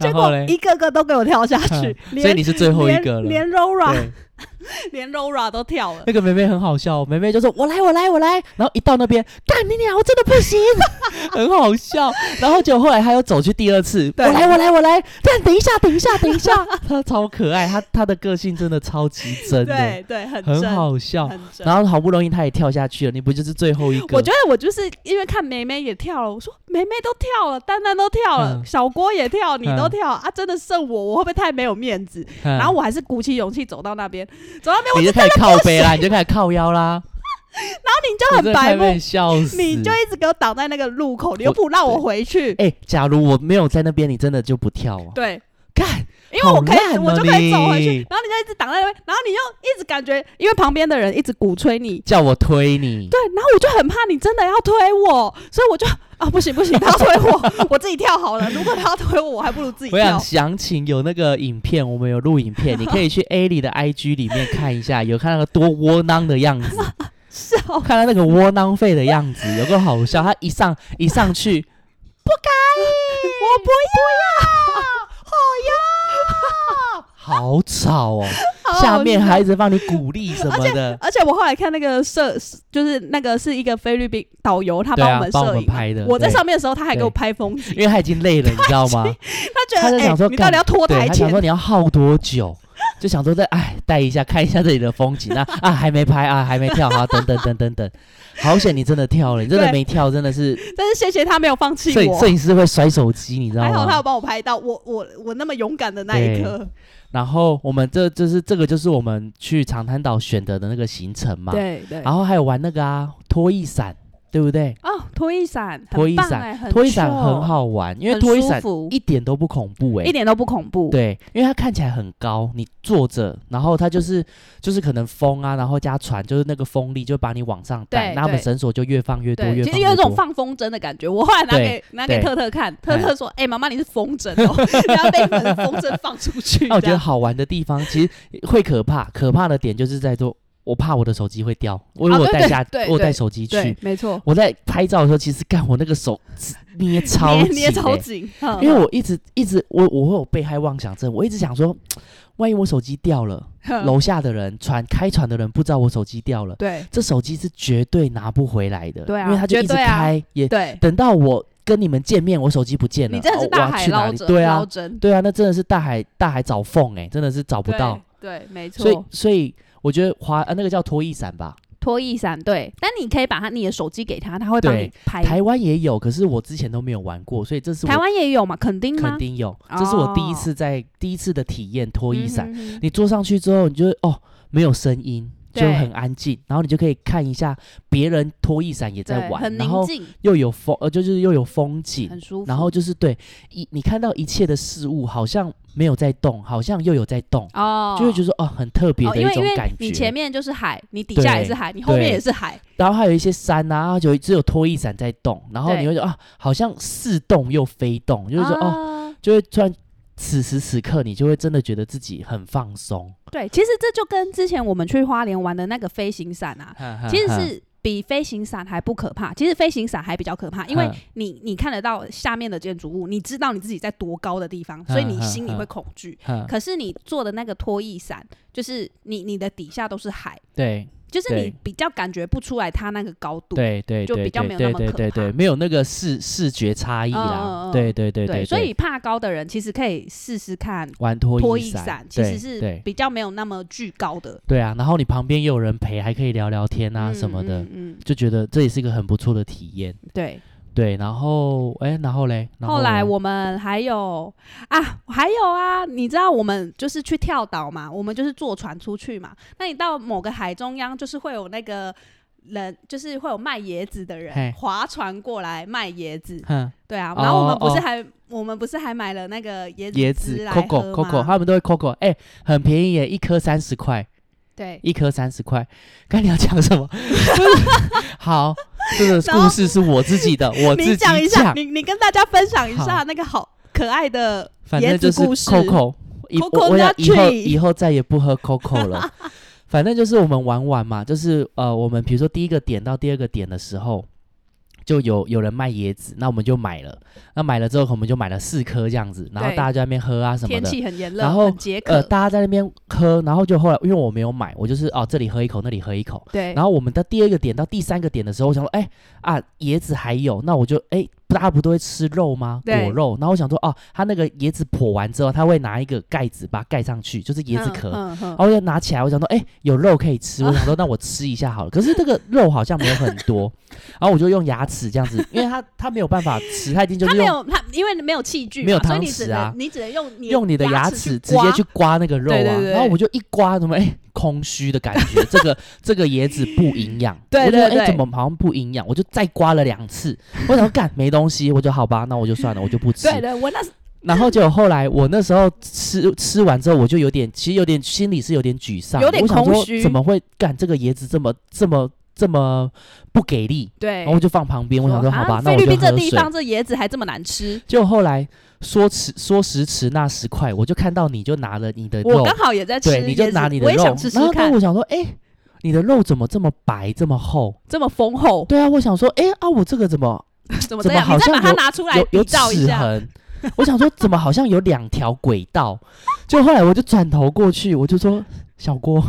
Speaker 1: 然后
Speaker 2: 果
Speaker 1: 嘞，嗯
Speaker 2: 一个个都给我跳下去，
Speaker 1: 所以
Speaker 2: 连
Speaker 1: 你是最后一个了。
Speaker 2: 连连 Rora
Speaker 1: 对，
Speaker 2: 连 Rora 都跳了。
Speaker 1: 那个梅梅很好笑，梅梅就说：“我来，我来，我来。”然后一到那边，干你娘，我真的不 行，很好笑。然后就后来他又走去第二次，我
Speaker 2: 对
Speaker 1: 来，我来，我来。但等一下，等一下，等一下， 他超可爱，他他的个性真的超级真的，
Speaker 2: 对对，很
Speaker 1: 很
Speaker 2: 真，
Speaker 1: 好笑。
Speaker 2: 很真。
Speaker 1: 然后好不容易他也跳下去了，你不就是最后一个？
Speaker 2: 我觉得我就是因为看梅梅也跳了，我说梅梅都跳了，丹丹都跳了，
Speaker 1: 嗯
Speaker 2: 小郭也跳，你都
Speaker 1: 嗯
Speaker 2: 跳、啊，真的剩我，我会不会太没有面子？
Speaker 1: 嗯
Speaker 2: 然后我还是鼓起勇气走到那边，走到那边我
Speaker 1: 你
Speaker 2: 就
Speaker 1: 就开始靠背啦，你就开始靠腰啦，
Speaker 2: 你就
Speaker 1: 我
Speaker 2: 很
Speaker 1: 真的快
Speaker 2: 白
Speaker 1: 被
Speaker 2: 目
Speaker 1: 你，笑死。
Speaker 2: 你就一直给我挡在那个路口，你又
Speaker 1: 我
Speaker 2: 不让我
Speaker 1: 对
Speaker 2: 回去。
Speaker 1: 哎、假如我没有在那边，你真的就不跳啊？
Speaker 2: 对，
Speaker 1: 干，
Speaker 2: 因为我可
Speaker 1: 好
Speaker 2: 以，
Speaker 1: 烂哦
Speaker 2: 我就可以走回
Speaker 1: 你
Speaker 2: 去，然后你就一直挡在那边，然后你又一直感觉，因为旁边的人一直鼓吹你，
Speaker 1: 叫我推你。
Speaker 2: 对，然后我就很怕你真的要推我，所以我就啊不行不行，他要推 我，我自己跳好了。如果他要推我，我还不如自己
Speaker 1: 我想
Speaker 2: 跳。
Speaker 1: 详情有那个影片，我们有录影片，你可 以去 A 里的 IG 里面看一下，有看那个多窝囊的样 子，
Speaker 2: 笑，
Speaker 1: 看到那个窝囊废的样子，有个好笑。他一上一上去，
Speaker 2: 我 不要，好呀，
Speaker 1: 好吵哦，
Speaker 2: 好
Speaker 1: 下面
Speaker 2: 笑
Speaker 1: 还一直放你鼓励什么的，
Speaker 2: 而且我后来看那个摄，就是那个是一个菲律宾导游，他
Speaker 1: 对
Speaker 2: 帮我
Speaker 1: 啊，
Speaker 2: 们
Speaker 1: 帮我
Speaker 2: 摄
Speaker 1: 们
Speaker 2: 影嘛。
Speaker 1: 拍的。
Speaker 2: 我在
Speaker 1: 对
Speaker 2: 上面的时候，他还给
Speaker 1: 对
Speaker 2: 我拍风景，
Speaker 1: 因为他已经累了，你知道 吗？
Speaker 2: 他觉
Speaker 1: 他
Speaker 2: 得
Speaker 1: 就
Speaker 2: 哎、
Speaker 1: 想说
Speaker 2: 你到底
Speaker 1: 干
Speaker 2: 要拖
Speaker 1: 对
Speaker 2: 台
Speaker 1: 他想
Speaker 2: 前
Speaker 1: 说你要耗多久，就想说在哎待一下，看一下这里的风景啊 啊还没拍啊还没跳啊等等等等等，好险你真的跳了，你真的
Speaker 2: 对
Speaker 1: 没跳真的是
Speaker 2: 但是谢谢他没有放弃
Speaker 1: 摄影摄
Speaker 2: 我，
Speaker 1: 影师会摔手机，你知道
Speaker 2: 还好他有
Speaker 1: 吗？
Speaker 2: 帮我拍到我我我那么勇敢的那一刻。
Speaker 1: 然后我们这就是这个就是我们去长滩岛选择的那个行程嘛，
Speaker 2: 对对。
Speaker 1: 然后还有玩那个啊拖衣伞，对不对？
Speaker 2: 哦，拖衣伞，
Speaker 1: 拖衣
Speaker 2: 很棒
Speaker 1: 伞
Speaker 2: 哎，
Speaker 1: 拖衣伞
Speaker 2: chill
Speaker 1: 很，好玩，因为
Speaker 2: 很
Speaker 1: 拖衣
Speaker 2: 舒
Speaker 1: 伞
Speaker 2: 服
Speaker 1: 一点都不恐怖哎、
Speaker 2: 一点都不恐怖。，
Speaker 1: 对，因为它看起来很高，你坐着，然后它就是就是可能风啊，然后加船，就是那个风力就把你往上带，
Speaker 2: 对
Speaker 1: 那他们
Speaker 2: 对
Speaker 1: 绳索就越放越多，
Speaker 2: 对，
Speaker 1: 越
Speaker 2: 其
Speaker 1: 放
Speaker 2: 实
Speaker 1: 越
Speaker 2: 有一种
Speaker 1: 多
Speaker 2: 放风筝的感觉。我后来拿
Speaker 1: 对
Speaker 2: 给拿给
Speaker 1: 对
Speaker 2: 特特看，特
Speaker 1: 哎
Speaker 2: 特说：“哎，妈妈，你是风筝哦， 然后被你们的风筝放出去。”
Speaker 1: 那我觉
Speaker 2: 这
Speaker 1: 得
Speaker 2: 样
Speaker 1: 好玩的地方，其实会可怕，可怕的点就是在说，我怕我的手机会掉，我
Speaker 2: 啊
Speaker 1: 如果
Speaker 2: 对
Speaker 1: 带
Speaker 2: 对
Speaker 1: 下，
Speaker 2: 对
Speaker 1: 我有带
Speaker 2: 对
Speaker 1: 手机去
Speaker 2: 对，，没错，
Speaker 1: 我在拍照的时候，其实干我那个手捏超
Speaker 2: 捏
Speaker 1: 紧
Speaker 2: 捏超
Speaker 1: 欸
Speaker 2: 紧，
Speaker 1: 因为我一直一直我我会有被害妄想症，我一直想说，万一我手机掉了，
Speaker 2: 我
Speaker 1: 楼下的人船开船的人不知道我手机掉了，
Speaker 2: 对
Speaker 1: 这手机是绝对拿不回来的，
Speaker 2: 对啊
Speaker 1: 因为他就一直
Speaker 2: 绝对啊
Speaker 1: 开，也
Speaker 2: 对，
Speaker 1: 等到我跟你们见面，我手机不见了，
Speaker 2: 你真的是
Speaker 1: 哦
Speaker 2: 大海捞
Speaker 1: 我要去哪
Speaker 2: 针，
Speaker 1: 里？对
Speaker 2: 捞
Speaker 1: 啊，
Speaker 2: 针，
Speaker 1: 对啊，那真的是大海大海找缝哎、真的是找不
Speaker 2: 对
Speaker 1: 到，，
Speaker 2: 对，没
Speaker 1: 所以
Speaker 2: 错，
Speaker 1: 所以我觉得华呃那个叫拖衣伞吧，
Speaker 2: 拖衣伞对，但你可以把他你的手机给他，他会帮
Speaker 1: 对
Speaker 2: 你拍。
Speaker 1: 台湾也有，可是我之前都没有玩过，所以这是
Speaker 2: 哎台
Speaker 1: 我
Speaker 2: 湾也有嘛？肯定嗯吗
Speaker 1: 肯？定有，这是我第一
Speaker 2: 哦
Speaker 1: 次在、第一次的体验拖衣伞。
Speaker 2: 嗯哼哼
Speaker 1: 你坐上去之后，你就会哦没有声音，就
Speaker 2: 对
Speaker 1: 很安静，然后你就可以看一下别人拖衣伞也在
Speaker 2: 对
Speaker 1: 玩，
Speaker 2: 很
Speaker 1: 然后
Speaker 2: 宁静，
Speaker 1: 又有风呃就是又有风景，
Speaker 2: 很舒服。
Speaker 1: 然后就是对一你看到一切的事物好像没有在动，好像又有在动，
Speaker 2: 哦，
Speaker 1: 就会觉得说哦很特别
Speaker 2: 哦，
Speaker 1: 的一
Speaker 2: 因为因
Speaker 1: 种
Speaker 2: 为
Speaker 1: 感
Speaker 2: 你
Speaker 1: 觉。
Speaker 2: 前面就是海，你底
Speaker 1: 对
Speaker 2: 下也是海，你后面也是海，
Speaker 1: 然后还有一些山啊，有只有拖衣伞在动，然后
Speaker 2: 对
Speaker 1: 你会觉得啊好像似动又非动，就是说、哦
Speaker 2: 哦，
Speaker 1: 就会突然。此时此刻，你就会真的觉得自己很放松。
Speaker 2: 对，其实这就跟之前我们去花莲玩的那个飞行伞啊，
Speaker 1: 嗯
Speaker 2: 其实是比飞行伞还不可怕，其实飞行伞还比较可怕，因为
Speaker 1: 嗯
Speaker 2: 你你看得到下面的建筑物，你知道你自己在多高的地方，所以你
Speaker 1: 嗯
Speaker 2: 心里
Speaker 1: 嗯
Speaker 2: 会恐惧。
Speaker 1: 嗯
Speaker 2: 可是你做的那个拖曳伞，就是你你的底下都是海，
Speaker 1: 对
Speaker 2: 就是
Speaker 1: 对
Speaker 2: 你比较感觉不出来它那个高度。
Speaker 1: 对对
Speaker 2: 就
Speaker 1: 对
Speaker 2: 比较
Speaker 1: 对
Speaker 2: 没有
Speaker 1: 对
Speaker 2: 那么
Speaker 1: 对
Speaker 2: 可
Speaker 1: 对对，
Speaker 2: 怕
Speaker 1: 没有那个视视觉差异啦
Speaker 2: 嗯嗯。嗯
Speaker 1: 对对对对，
Speaker 2: 所以怕高的人其实可以试试看
Speaker 1: 玩拖
Speaker 2: 拖
Speaker 1: 衣
Speaker 2: 衣伞，其
Speaker 1: 对
Speaker 2: 实是
Speaker 1: 对
Speaker 2: 比较没有那么巨高的
Speaker 1: 对啊，然后你旁边也有人陪，还可以聊聊天啊
Speaker 2: 嗯
Speaker 1: 什么的，
Speaker 2: 嗯嗯，
Speaker 1: 就觉得这也是一个很不错的体验。
Speaker 2: 嗯对。
Speaker 1: 对，然后哎，然后嘞，然
Speaker 2: 后来
Speaker 1: 嘞
Speaker 2: 我们还有啊，还有啊，你知道我们就是去跳岛嘛，我们就是坐船出去嘛。那你到某个海中央，就是会有那个人，就是会有卖椰子的
Speaker 1: 嘿
Speaker 2: 人划船过来卖椰子。
Speaker 1: 哼
Speaker 2: 对啊，然后我
Speaker 1: 哦
Speaker 2: 们不
Speaker 1: 哦
Speaker 2: 是还、我们不是还买了那个椰
Speaker 1: 椰
Speaker 2: 子
Speaker 1: 子
Speaker 2: 汁来
Speaker 1: Coco
Speaker 2: 喝吗
Speaker 1: Coco，他们都会 Coco，哎，很便宜耶，一颗三十块，
Speaker 2: 对。
Speaker 1: 一颗三十块。刚才你要讲什么？ 好，这个
Speaker 2: 然后
Speaker 1: 故事是我自己的，我自
Speaker 2: 你
Speaker 1: 己
Speaker 2: 讲一下，你你跟大家分享一
Speaker 1: 好
Speaker 2: 下那个好可爱的
Speaker 1: 反正
Speaker 2: 椰
Speaker 1: 就
Speaker 2: 子
Speaker 1: 是
Speaker 2: 故事。
Speaker 1: Coco，以我
Speaker 2: Coco
Speaker 1: 我想
Speaker 2: Nut
Speaker 1: 以后
Speaker 2: Tree
Speaker 1: 以后再也不喝 Coco 了。 反正就是我们玩玩嘛，就是呃，我们比如说第一个点到第二个点的时候，就有有人卖椰子，那我们就买了。那买了之后，我们就买了四颗这样子，然后
Speaker 2: 对
Speaker 1: 大家就在那边喝啊什么
Speaker 2: 天
Speaker 1: 的。
Speaker 2: 气很炎热，
Speaker 1: 然后
Speaker 2: 很解
Speaker 1: 呃，
Speaker 2: 渴。
Speaker 1: 大家在那边喝，然后就后来因为我没有买，我就是哦这里喝一口，那里喝一口。
Speaker 2: 对，
Speaker 1: 然后我们到第二个点到第三个点的时候，我想说，哎、啊，椰子还有，那我就哎、大家不都会吃肉吗？
Speaker 2: 对
Speaker 1: 果肉。然后我想说，哦，他那个椰子剖完之后，他会拿一个盖子把它盖上去，就是椰子壳。
Speaker 2: 嗯嗯
Speaker 1: 然后我就拿起来，我想说，哎、有肉可以吃，我想说，那我吃一下好了。可是这个肉好像没有很多，然后我就用牙齿这样子，因为它它没有办法吃，它已经就
Speaker 2: 他
Speaker 1: 是
Speaker 2: 没
Speaker 1: 用
Speaker 2: 有他，因为没有器具嘛，
Speaker 1: 没有
Speaker 2: 所以
Speaker 1: 汤
Speaker 2: 你只
Speaker 1: 匙啊
Speaker 2: 能你只能用你
Speaker 1: 用你的牙齿
Speaker 2: 齿
Speaker 1: 直接去
Speaker 2: 刮。
Speaker 1: 刮那个肉啊。
Speaker 2: 对对对
Speaker 1: 然后我就一刮，怎么哎、空虚的感觉，这个这个椰子不营养。
Speaker 2: 对
Speaker 1: 我就
Speaker 2: 对
Speaker 1: 说哎、
Speaker 2: 对
Speaker 1: 怎么好像不营养？我就再刮了两次，我想说干没东西，我就好吧，那我就算了，我就不吃。
Speaker 2: 对对，我那是
Speaker 1: 然后结果后来我那时候吃吃完之后，我就有点，其实有点心里是有点沮丧的，
Speaker 2: 有点
Speaker 1: 我想
Speaker 2: 空
Speaker 1: 说
Speaker 2: 虚
Speaker 1: 怎么会干这个椰子这么这么这么不给力？
Speaker 2: 对
Speaker 1: 然后我就放旁哦边，我想说好吧，
Speaker 2: 啊
Speaker 1: 那
Speaker 2: 菲
Speaker 1: 我
Speaker 2: 律
Speaker 1: 就
Speaker 2: 宾这
Speaker 1: 喝
Speaker 2: 地
Speaker 1: 水。
Speaker 2: 方这椰子还这么难吃，
Speaker 1: 结果后来说迟说时迟那时快，我就看到你就拿了你的
Speaker 2: 我
Speaker 1: 肉，
Speaker 2: 刚好也在吃椰
Speaker 1: 对，
Speaker 2: 子，
Speaker 1: 你就拿你的
Speaker 2: 我也
Speaker 1: 肉，
Speaker 2: 想吃吃
Speaker 1: 然后但
Speaker 2: 看
Speaker 1: 我，想说，哎、你的肉怎么这么白这么厚？
Speaker 2: 这么丰厚，
Speaker 1: 对啊，我想说，哎、啊，我这个怎么
Speaker 2: 怎么
Speaker 1: 怎
Speaker 2: 这
Speaker 1: 么
Speaker 2: 样？
Speaker 1: 好
Speaker 2: 你再
Speaker 1: 像
Speaker 2: 把它
Speaker 1: 有
Speaker 2: 拿出来
Speaker 1: 有有
Speaker 2: 比照一
Speaker 1: 齿
Speaker 2: 下，
Speaker 1: 痕。我想说，怎么好像有两条轨道？就后来我就转头过去，我就说：“小郭，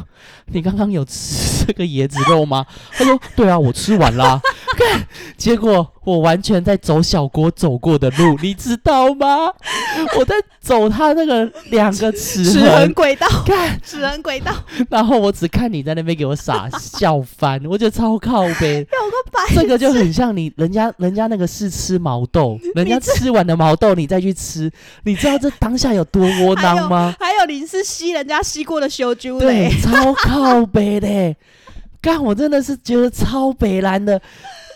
Speaker 1: 你刚刚有吃这个椰子肉吗？”他说：“对啊，我吃完啦。” 看，结果我完全在走小郭走过的路，你知道吗？我在走他那个两个齿
Speaker 2: 齿
Speaker 1: 痕
Speaker 2: 痕，轨道，
Speaker 1: 看，
Speaker 2: 齿痕轨道，
Speaker 1: 然后我只看你在那边给我傻笑翻，我觉得超靠背。
Speaker 2: 有个白
Speaker 1: 这个就很像你人家人家那个是吃毛豆，人家吃完的毛豆你再去吃，你知道这当下有多窝
Speaker 2: 还
Speaker 1: 囊
Speaker 2: 有
Speaker 1: 吗？
Speaker 2: 还有你是吸人家吸过的修珠
Speaker 1: 对
Speaker 2: 嘞，，
Speaker 1: 超靠北的。干，我真的是觉得超北蓝的，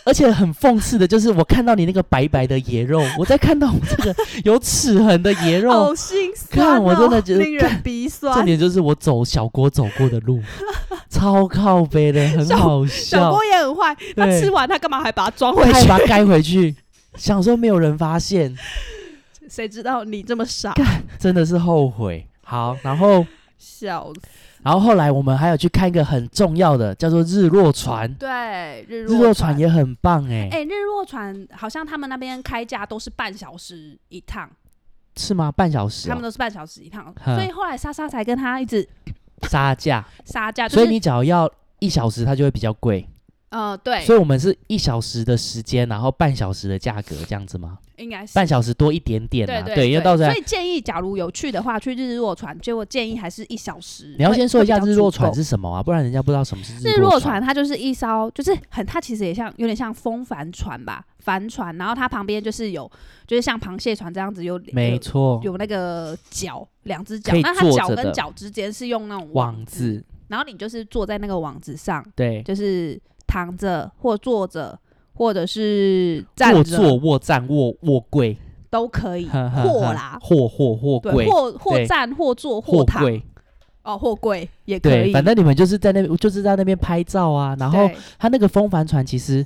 Speaker 1: 而且很讽刺的，就是我看到你那个白白的野肉，我再看到我这个有齿痕的野肉，
Speaker 2: 好心酸、
Speaker 1: 看
Speaker 2: 哦，
Speaker 1: 我真的觉得
Speaker 2: 令人鼻
Speaker 1: 重
Speaker 2: 酸。
Speaker 1: 点就是我走小郭走过的路，超靠北的，很
Speaker 2: 小
Speaker 1: 好
Speaker 2: 小
Speaker 1: 笑
Speaker 2: 郭，也很坏，他
Speaker 1: 对
Speaker 2: 吃完他干嘛还把它装
Speaker 1: 我
Speaker 2: 回
Speaker 1: 还把它
Speaker 2: 去？
Speaker 1: 盖回去，想说没有人发现，
Speaker 2: 谁知道你这么傻，
Speaker 1: 真的是后悔。好，然后
Speaker 2: 笑死。
Speaker 1: 然后后来我们还有去看一个很重要的，叫做日落船，
Speaker 2: 对，日
Speaker 1: 日落船也很棒哎、
Speaker 2: 哎、日落船好像他们那边开价都是半小时一趟，
Speaker 1: 是吗？半小时、
Speaker 2: 他们
Speaker 1: 哦、
Speaker 2: 都是半小时一趟，
Speaker 1: 哼
Speaker 2: 所以后来莎莎才跟他一直
Speaker 1: 杀价，
Speaker 2: 杀价，啊就
Speaker 1: 所以
Speaker 2: 是
Speaker 1: 你只要要一小时，它就会比较贵。
Speaker 2: 呃，对，
Speaker 1: 所以我们是一小时的时间，然后半小时的价格这样子吗？
Speaker 2: 应该是
Speaker 1: 半小时多一点点
Speaker 2: 对
Speaker 1: 啊，
Speaker 2: 对
Speaker 1: 因为到时候
Speaker 2: 所以建议，假如有去的话，去日落船，结果建议还是一小时。
Speaker 1: 你要先说一下日落船
Speaker 2: 会
Speaker 1: 是什么啊，不然人家不知道什么是
Speaker 2: 比较足够。日
Speaker 1: 落
Speaker 2: 落船，。它就是一艘，就是很，它其实也像有点像风帆船吧，帆船，然后它旁边就是有，就是像螃蟹船这样子有，
Speaker 1: 没
Speaker 2: 有
Speaker 1: 错，
Speaker 2: 有那个脚，两只
Speaker 1: 哦
Speaker 2: 脚
Speaker 1: 可，以
Speaker 2: 那它
Speaker 1: 坐
Speaker 2: 脚
Speaker 1: 着
Speaker 2: 跟
Speaker 1: 的
Speaker 2: 脚之间是用那种
Speaker 1: 网
Speaker 2: 子，
Speaker 1: 子
Speaker 2: 然后你就是坐在那个网子上，
Speaker 1: 对，
Speaker 2: 就是躺着或坐着，或者是站
Speaker 1: 卧
Speaker 2: 着
Speaker 1: 坐、卧站、卧卧柜，
Speaker 2: 都可以，
Speaker 1: 呵呵
Speaker 2: 或
Speaker 1: 呵
Speaker 2: 啦，
Speaker 1: 货货货
Speaker 2: 对，
Speaker 1: 柜，
Speaker 2: 或或
Speaker 1: 对
Speaker 2: 站或坐
Speaker 1: 货
Speaker 2: 或躺，
Speaker 1: 柜，
Speaker 2: 哦，货柜也可以，
Speaker 1: 对，反正你们就是在那，就是在那边拍照啊，然后
Speaker 2: 对
Speaker 1: 它那个风帆船其实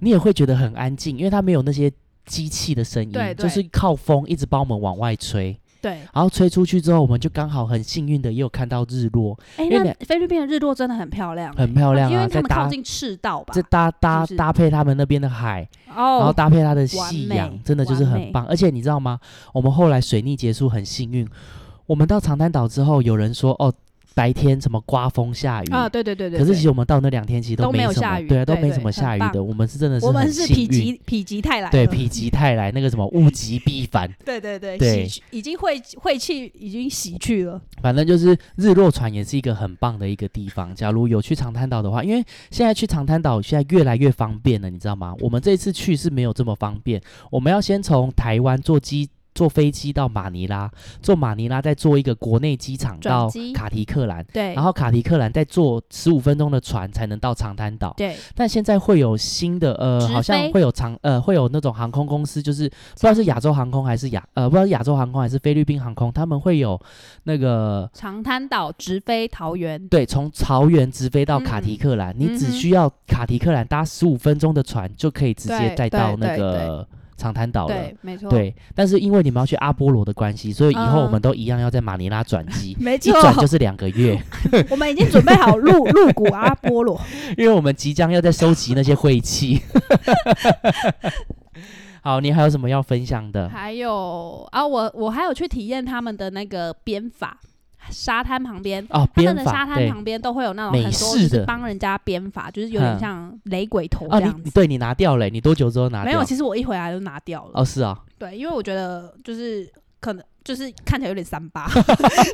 Speaker 1: 你也会觉得很安静，因为它没有那些机器的声音，
Speaker 2: 对对
Speaker 1: 就是靠风一直帮我们往外吹，
Speaker 2: 对，
Speaker 1: 然后吹出去之后，我们就刚好很幸运的也有看到日落，
Speaker 2: 哎，
Speaker 1: 因为
Speaker 2: 那菲律宾的日落真的很漂亮欸，
Speaker 1: 很漂亮
Speaker 2: 因
Speaker 1: 啊，
Speaker 2: 为
Speaker 1: 再
Speaker 2: 他们靠
Speaker 1: 搭
Speaker 2: 近赤道吧
Speaker 1: 这，搭搭
Speaker 2: 是不是
Speaker 1: 搭配他们那边的海，然后
Speaker 2: 哦，
Speaker 1: 搭配它的
Speaker 2: 完
Speaker 1: 夕
Speaker 2: 美
Speaker 1: 阳，真的就是
Speaker 2: 完
Speaker 1: 很
Speaker 2: 美
Speaker 1: 棒。而且你知道吗？我们后来水逆结束很幸运，我们到长滩岛之后，有人说哦，白天什么刮风下雨
Speaker 2: 啊，对对对
Speaker 1: 可
Speaker 2: 对，
Speaker 1: 是
Speaker 2: 对
Speaker 1: 其实我们到那两天其实
Speaker 2: 都
Speaker 1: 没
Speaker 2: 没有
Speaker 1: 什么
Speaker 2: 下雨
Speaker 1: 对啊，都
Speaker 2: 对
Speaker 1: 没
Speaker 2: 对
Speaker 1: 什么
Speaker 2: 很
Speaker 1: 下雨的。
Speaker 2: 棒
Speaker 1: 我们是真的是
Speaker 2: 我们
Speaker 1: 很
Speaker 2: 是
Speaker 1: 幸
Speaker 2: 否
Speaker 1: 运
Speaker 2: 极否极泰来了，
Speaker 1: 对，否极泰来，那个什么物极必反，
Speaker 2: 对对对，
Speaker 1: 对
Speaker 2: 洗去已经晦晦气已经洗去了，
Speaker 1: 反正就是日落船也是一个很棒的一个地方。假如有去长滩岛的话，因为现在去长滩岛现在越来越方便了，你知道吗？我们这次去是没有这么方便，我们要先从台湾坐机。坐飞机到马尼拉，坐马尼拉再坐一个国内机场
Speaker 2: 转
Speaker 1: 到
Speaker 2: 机
Speaker 1: 卡提克兰，
Speaker 2: 对，
Speaker 1: 然后卡提克兰再坐十五分钟的船才能到长滩岛。
Speaker 2: 对，
Speaker 1: 但现在会有新的，呃，
Speaker 2: 直
Speaker 1: 好像
Speaker 2: 飞
Speaker 1: 会有长，呃，会有那种航空公司，就是不知道是亚洲航空还是亚，呃，不知道是亚洲航空还是菲律宾航空，他们会有那个，
Speaker 2: 长滩岛直飞桃园，
Speaker 1: 对，从桃园直飞到卡
Speaker 2: 嗯
Speaker 1: 提克兰，你
Speaker 2: 嗯
Speaker 1: 只
Speaker 2: 哼
Speaker 1: 需要卡提克兰搭十五分钟的船，就可以直接
Speaker 2: 对
Speaker 1: 再到
Speaker 2: 对
Speaker 1: 那
Speaker 2: 对
Speaker 1: 个长滩岛了。
Speaker 2: 对，没错，，
Speaker 1: 对，但是因为你们要去阿波罗的关系，所以以后我
Speaker 2: 嗯，
Speaker 1: 们都一样要在马尼拉转机
Speaker 2: 没
Speaker 1: 一
Speaker 2: 错，
Speaker 1: 转就是两个月，
Speaker 2: 我们已经准备好入入股阿波罗，
Speaker 1: 因为我们即将要再收集那些晦气。 好，你还有什么要分享的？
Speaker 2: 还有啊，我我还有去体验他们的那个编法，沙滩旁边。
Speaker 1: 哦，
Speaker 2: 他
Speaker 1: 编
Speaker 2: 们的
Speaker 1: 法
Speaker 2: 沙滩
Speaker 1: 对
Speaker 2: 旁边都会有那种
Speaker 1: 美
Speaker 2: 很多
Speaker 1: 式
Speaker 2: 就是
Speaker 1: 的
Speaker 2: 帮人家编法，就是有点
Speaker 1: 嗯
Speaker 2: 像雷鬼头
Speaker 1: 哦，
Speaker 2: 这样
Speaker 1: 你
Speaker 2: 子。
Speaker 1: 对你拿掉了，你多久之后拿
Speaker 2: 没
Speaker 1: 掉？
Speaker 2: 有，其实我一回来就拿掉了。
Speaker 1: 哦，是啊、
Speaker 2: 对，因为我觉得就是可能就是看起来有点三八，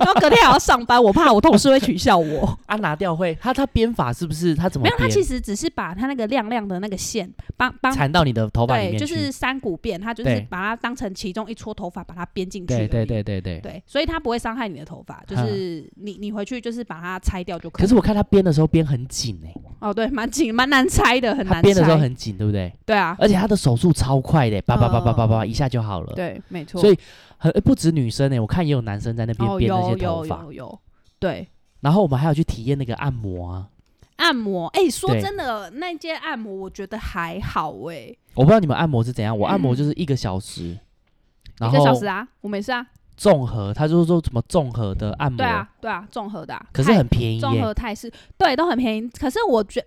Speaker 2: 然后隔天还要上班，我怕我同事会取笑 我。
Speaker 1: 啊，拿掉会，他他编法是不是？他怎么
Speaker 2: 没有，他
Speaker 1: 编
Speaker 2: 其实只是把他那个亮亮的那个线帮帮
Speaker 1: 缠到你的头发里
Speaker 2: 对，
Speaker 1: 面去？
Speaker 2: 就是三股辫，他就是
Speaker 1: 对
Speaker 2: 把它当成其中一撮头发把它编进去而已。
Speaker 1: 对对对对对。
Speaker 2: 对，所以它不会伤害你的头发，就是你你回去就是把它拆掉就可以。
Speaker 1: 可是我看他编的时候编很紧哎、
Speaker 2: 哦，对，蛮紧，蛮难拆的，很
Speaker 1: 他
Speaker 2: 难拆。
Speaker 1: 编的时候很紧，对不对？
Speaker 2: 对啊，
Speaker 1: 而且他的手速超快的、叭叭叭叭叭叭，
Speaker 2: 嗯
Speaker 1: 一下就好了。，
Speaker 2: 对，没错。
Speaker 1: 呃所以很、呃不止女生哎、我看也有男生在那边
Speaker 2: 哦，
Speaker 1: 编那
Speaker 2: 有
Speaker 1: 些头
Speaker 2: 有
Speaker 1: 发。
Speaker 2: 有有，对，
Speaker 1: 然后我们还有去体验那个按摩啊，
Speaker 2: 按摩。哎、说
Speaker 1: 对
Speaker 2: 真的，那间按摩我觉得还好哎、
Speaker 1: 我不知道你们按摩是怎样，我按摩就是一个小时，然
Speaker 2: 嗯一个小
Speaker 1: 后
Speaker 2: 时啊，我没事啊，
Speaker 1: 综合，他就是说什么综合的按摩，
Speaker 2: 对啊，对啊，综合的、啊，
Speaker 1: 可是
Speaker 2: 泰
Speaker 1: 很便宜、
Speaker 2: 综
Speaker 1: 耶。
Speaker 2: 合泰式，对，都很便宜。可是我觉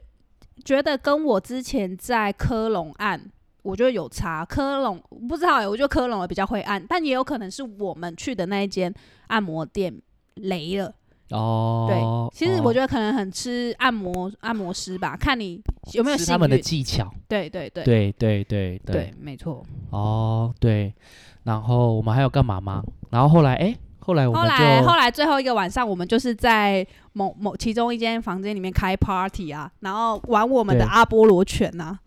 Speaker 2: 觉得跟我之前在科隆按，我觉得有差。科隆欸不知道哎、我觉得科隆的比较会按，但也有可能是我们去的那一间按摩店雷了。
Speaker 1: 哦，
Speaker 2: 对，其实我
Speaker 1: 得
Speaker 2: 觉得可能很吃按摩按摩师吧，看你有没有
Speaker 1: 是
Speaker 2: 兴
Speaker 1: 他们的
Speaker 2: 趣。
Speaker 1: 技巧，
Speaker 2: 对对对
Speaker 1: 对对对对
Speaker 2: 对，没错。
Speaker 1: 哦对，然后我们还有干嘛吗？然后后来哎，后来我
Speaker 2: 后
Speaker 1: 们
Speaker 2: 来后
Speaker 1: 就
Speaker 2: 来最后一个晚上，我们就是在某某其中一间房间里面开 party 啊，然后玩我们的
Speaker 1: 对
Speaker 2: 阿波罗拳啊呐、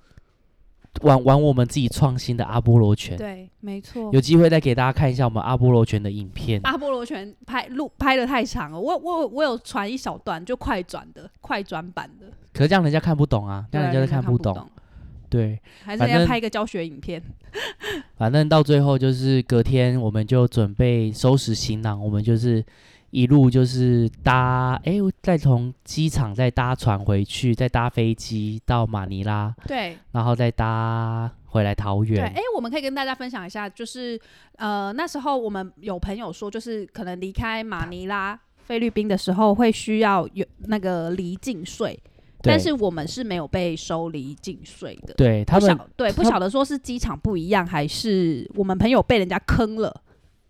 Speaker 1: 玩玩我们自己创新的阿波罗拳，
Speaker 2: 对，没错。
Speaker 1: 有机会再给大家看一下我们阿波罗拳的影片。
Speaker 2: 阿波罗拳拍录拍的太长了，我我我有传一小段，就快转的快转版的，
Speaker 1: 可是这样人家看不懂啊，这
Speaker 2: 对啊
Speaker 1: 样人家就
Speaker 2: 看
Speaker 1: 不
Speaker 2: 懂，
Speaker 1: 懂。对，
Speaker 2: 还是
Speaker 1: 反
Speaker 2: 要
Speaker 1: 正
Speaker 2: 拍一个教学影片。
Speaker 1: 反正到最后就是隔天，我们就准备收拾行囊，我们就是一路就是搭，哎、再从机场再搭船回去，再搭飞机到马尼拉，
Speaker 2: 对，
Speaker 1: 然后再搭回来桃
Speaker 2: 对，
Speaker 1: 园
Speaker 2: 哎。、我们可以跟大家分享一下，就是呃，那时候我们有朋友说，就是可能离开马尼拉、菲律宾的时候会需要有那个离境税，
Speaker 1: 对
Speaker 2: 但是我们是没有被收离境税的。
Speaker 1: 对他
Speaker 2: 不
Speaker 1: 们
Speaker 2: 晓对，不
Speaker 1: 他
Speaker 2: 晓得说是机场不一样，还是我们朋友被人家坑了。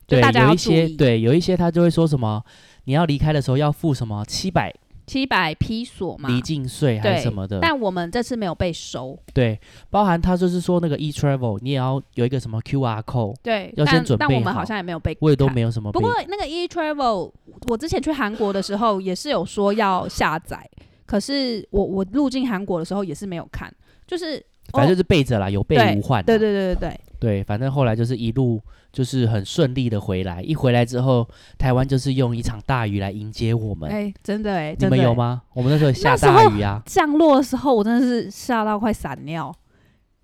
Speaker 1: 对
Speaker 2: 大家
Speaker 1: 有
Speaker 2: 要
Speaker 1: 一些
Speaker 2: 注意
Speaker 1: 对有一些他就会说什么，你要离开的时候要付什么七百
Speaker 2: 七百披索嘛，
Speaker 1: 离境税还
Speaker 2: 对
Speaker 1: 是什么的，
Speaker 2: 但我们这次没有被收。
Speaker 1: 对，包含他就是说那个 e travel 你也要有一个什么 QR code，
Speaker 2: 对，
Speaker 1: 要先
Speaker 2: 但
Speaker 1: 准
Speaker 2: 但
Speaker 1: 备
Speaker 2: 我们
Speaker 1: 好
Speaker 2: 好像也没有被看，
Speaker 1: 我也都没有什么被
Speaker 2: 不过那个 e travel，我之前去韩国的时候也是有说要下载，可是我我入境韩国的时候也是没有看，就是
Speaker 1: 反正就
Speaker 2: 哦
Speaker 1: 是备着啦，有备无患啦。啊
Speaker 2: 对对对对对
Speaker 1: 对反正后来就是一路就是很顺利的回来。一回来之后，台湾就是用一场大雨来迎接我
Speaker 2: 对，
Speaker 1: 们。
Speaker 2: 哎、真的哎、
Speaker 1: 你
Speaker 2: 真的
Speaker 1: 们
Speaker 2: 哎
Speaker 1: 有？吗？我们那时候也下
Speaker 2: 那时
Speaker 1: 大
Speaker 2: 候
Speaker 1: 雨啊，
Speaker 2: 降落的时候我真的是吓到快闪尿，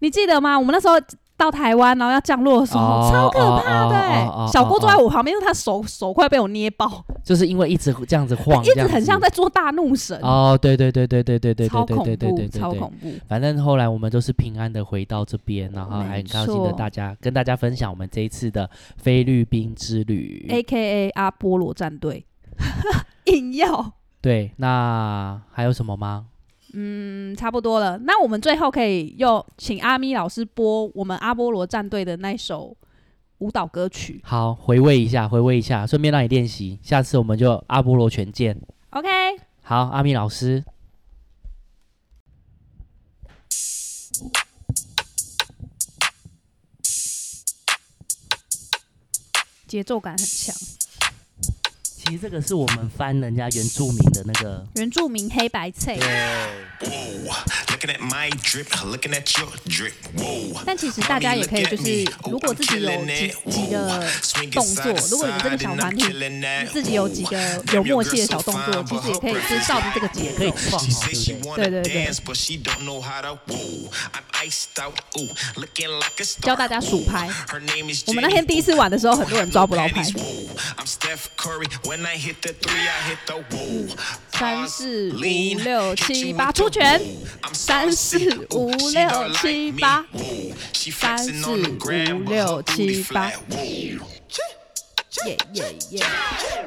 Speaker 2: 你记得吗？我们那时候。到台湾，然后要降落的时候，
Speaker 1: 哦
Speaker 2: 超可怕的、哎
Speaker 1: 哦哦哦哦
Speaker 2: 小郭坐在我旁边，因为他手手快被我捏爆，
Speaker 1: 就是因为一直这样子晃，
Speaker 2: 一
Speaker 1: 这
Speaker 2: 直
Speaker 1: 样
Speaker 2: 很
Speaker 1: 子
Speaker 2: 像在做大怒神，
Speaker 1: 哦，对对对对对对对
Speaker 2: 超
Speaker 1: 对对
Speaker 2: 恐
Speaker 1: 对对对
Speaker 2: 怖，
Speaker 1: 对
Speaker 2: 超恐
Speaker 1: 对。
Speaker 2: 怖。
Speaker 1: 反正后来我们都是平安的回到这边，然后还很高兴
Speaker 2: 没
Speaker 1: 的
Speaker 2: 错
Speaker 1: 大家跟大家分享我们这一次的菲律宾之旅。
Speaker 2: A K A 阿波罗战队， 硬要，
Speaker 1: 对，那还有什么吗？
Speaker 2: 嗯，差不多了。那我们最后可以又请阿咪老师播我们阿波罗战队的那首舞蹈歌曲。
Speaker 1: 好，回味一下，回味一下，顺便让你练习。下次我们就阿波罗拳见。
Speaker 2: OK，
Speaker 1: 好，阿米老师，
Speaker 2: 节奏感很强，
Speaker 1: 其实这个是我们翻人家原住民的那个，
Speaker 2: 原住民黑白配，
Speaker 4: Whoa, looking at my drip, looking at your drip. Whoa.
Speaker 2: 但其实大家也可以就是，如果自己有几几个动作，如果你们这个小团体自己有几个有默契的小动作，其实也可以就是照着这个节
Speaker 1: 可以
Speaker 2: 奏。
Speaker 1: 创哦
Speaker 4: She says
Speaker 1: 对
Speaker 4: she
Speaker 1: 不对？
Speaker 2: 对，对，
Speaker 4: wanna
Speaker 2: 对。
Speaker 4: dance, but she don't know how to woo. I'm iced out, ooh, looking like a star.
Speaker 2: 教大家数拍
Speaker 4: Ooh,。her name is
Speaker 2: 我们那天
Speaker 4: Jenny,
Speaker 2: 第一次玩的时候，很多人抓不到拍
Speaker 4: Panties,。woo. I'm Steph Curry. When I hit the three, I hit the woo.
Speaker 2: 三四五
Speaker 4: Lean,
Speaker 2: 六
Speaker 4: hit
Speaker 2: 七
Speaker 4: you
Speaker 2: 八
Speaker 4: with
Speaker 2: 出
Speaker 4: the
Speaker 2: 拳
Speaker 4: woo.，I'm
Speaker 2: 三
Speaker 4: saucy,
Speaker 2: 四
Speaker 4: ooh,
Speaker 2: 五
Speaker 4: she
Speaker 2: 六
Speaker 4: don't
Speaker 2: 七
Speaker 4: like me,
Speaker 2: 八，
Speaker 4: ooh. She
Speaker 2: 三四
Speaker 4: flexing on the
Speaker 2: 五
Speaker 4: ground, but her
Speaker 2: 六七
Speaker 4: booty
Speaker 2: 八
Speaker 4: flat,，woo.
Speaker 2: 耶耶耶！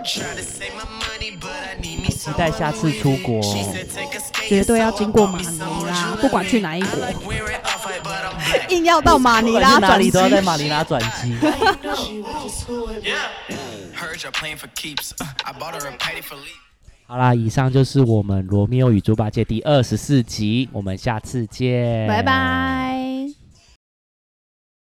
Speaker 4: 期
Speaker 1: 待下次出国哦
Speaker 2: 绝对要经过马尼拉，不管去哪一国，硬要到马尼拉
Speaker 1: 去哪
Speaker 2: 转
Speaker 1: 里
Speaker 2: 机
Speaker 1: 都。要在马尼拉转机。
Speaker 4: Heard you're playing for keeps. Uh, I bought her a patty for leave.
Speaker 1: 好啦，以上就是我们《罗密欧与猪八戒》第二十四集，我们下次见，
Speaker 2: 拜。拜。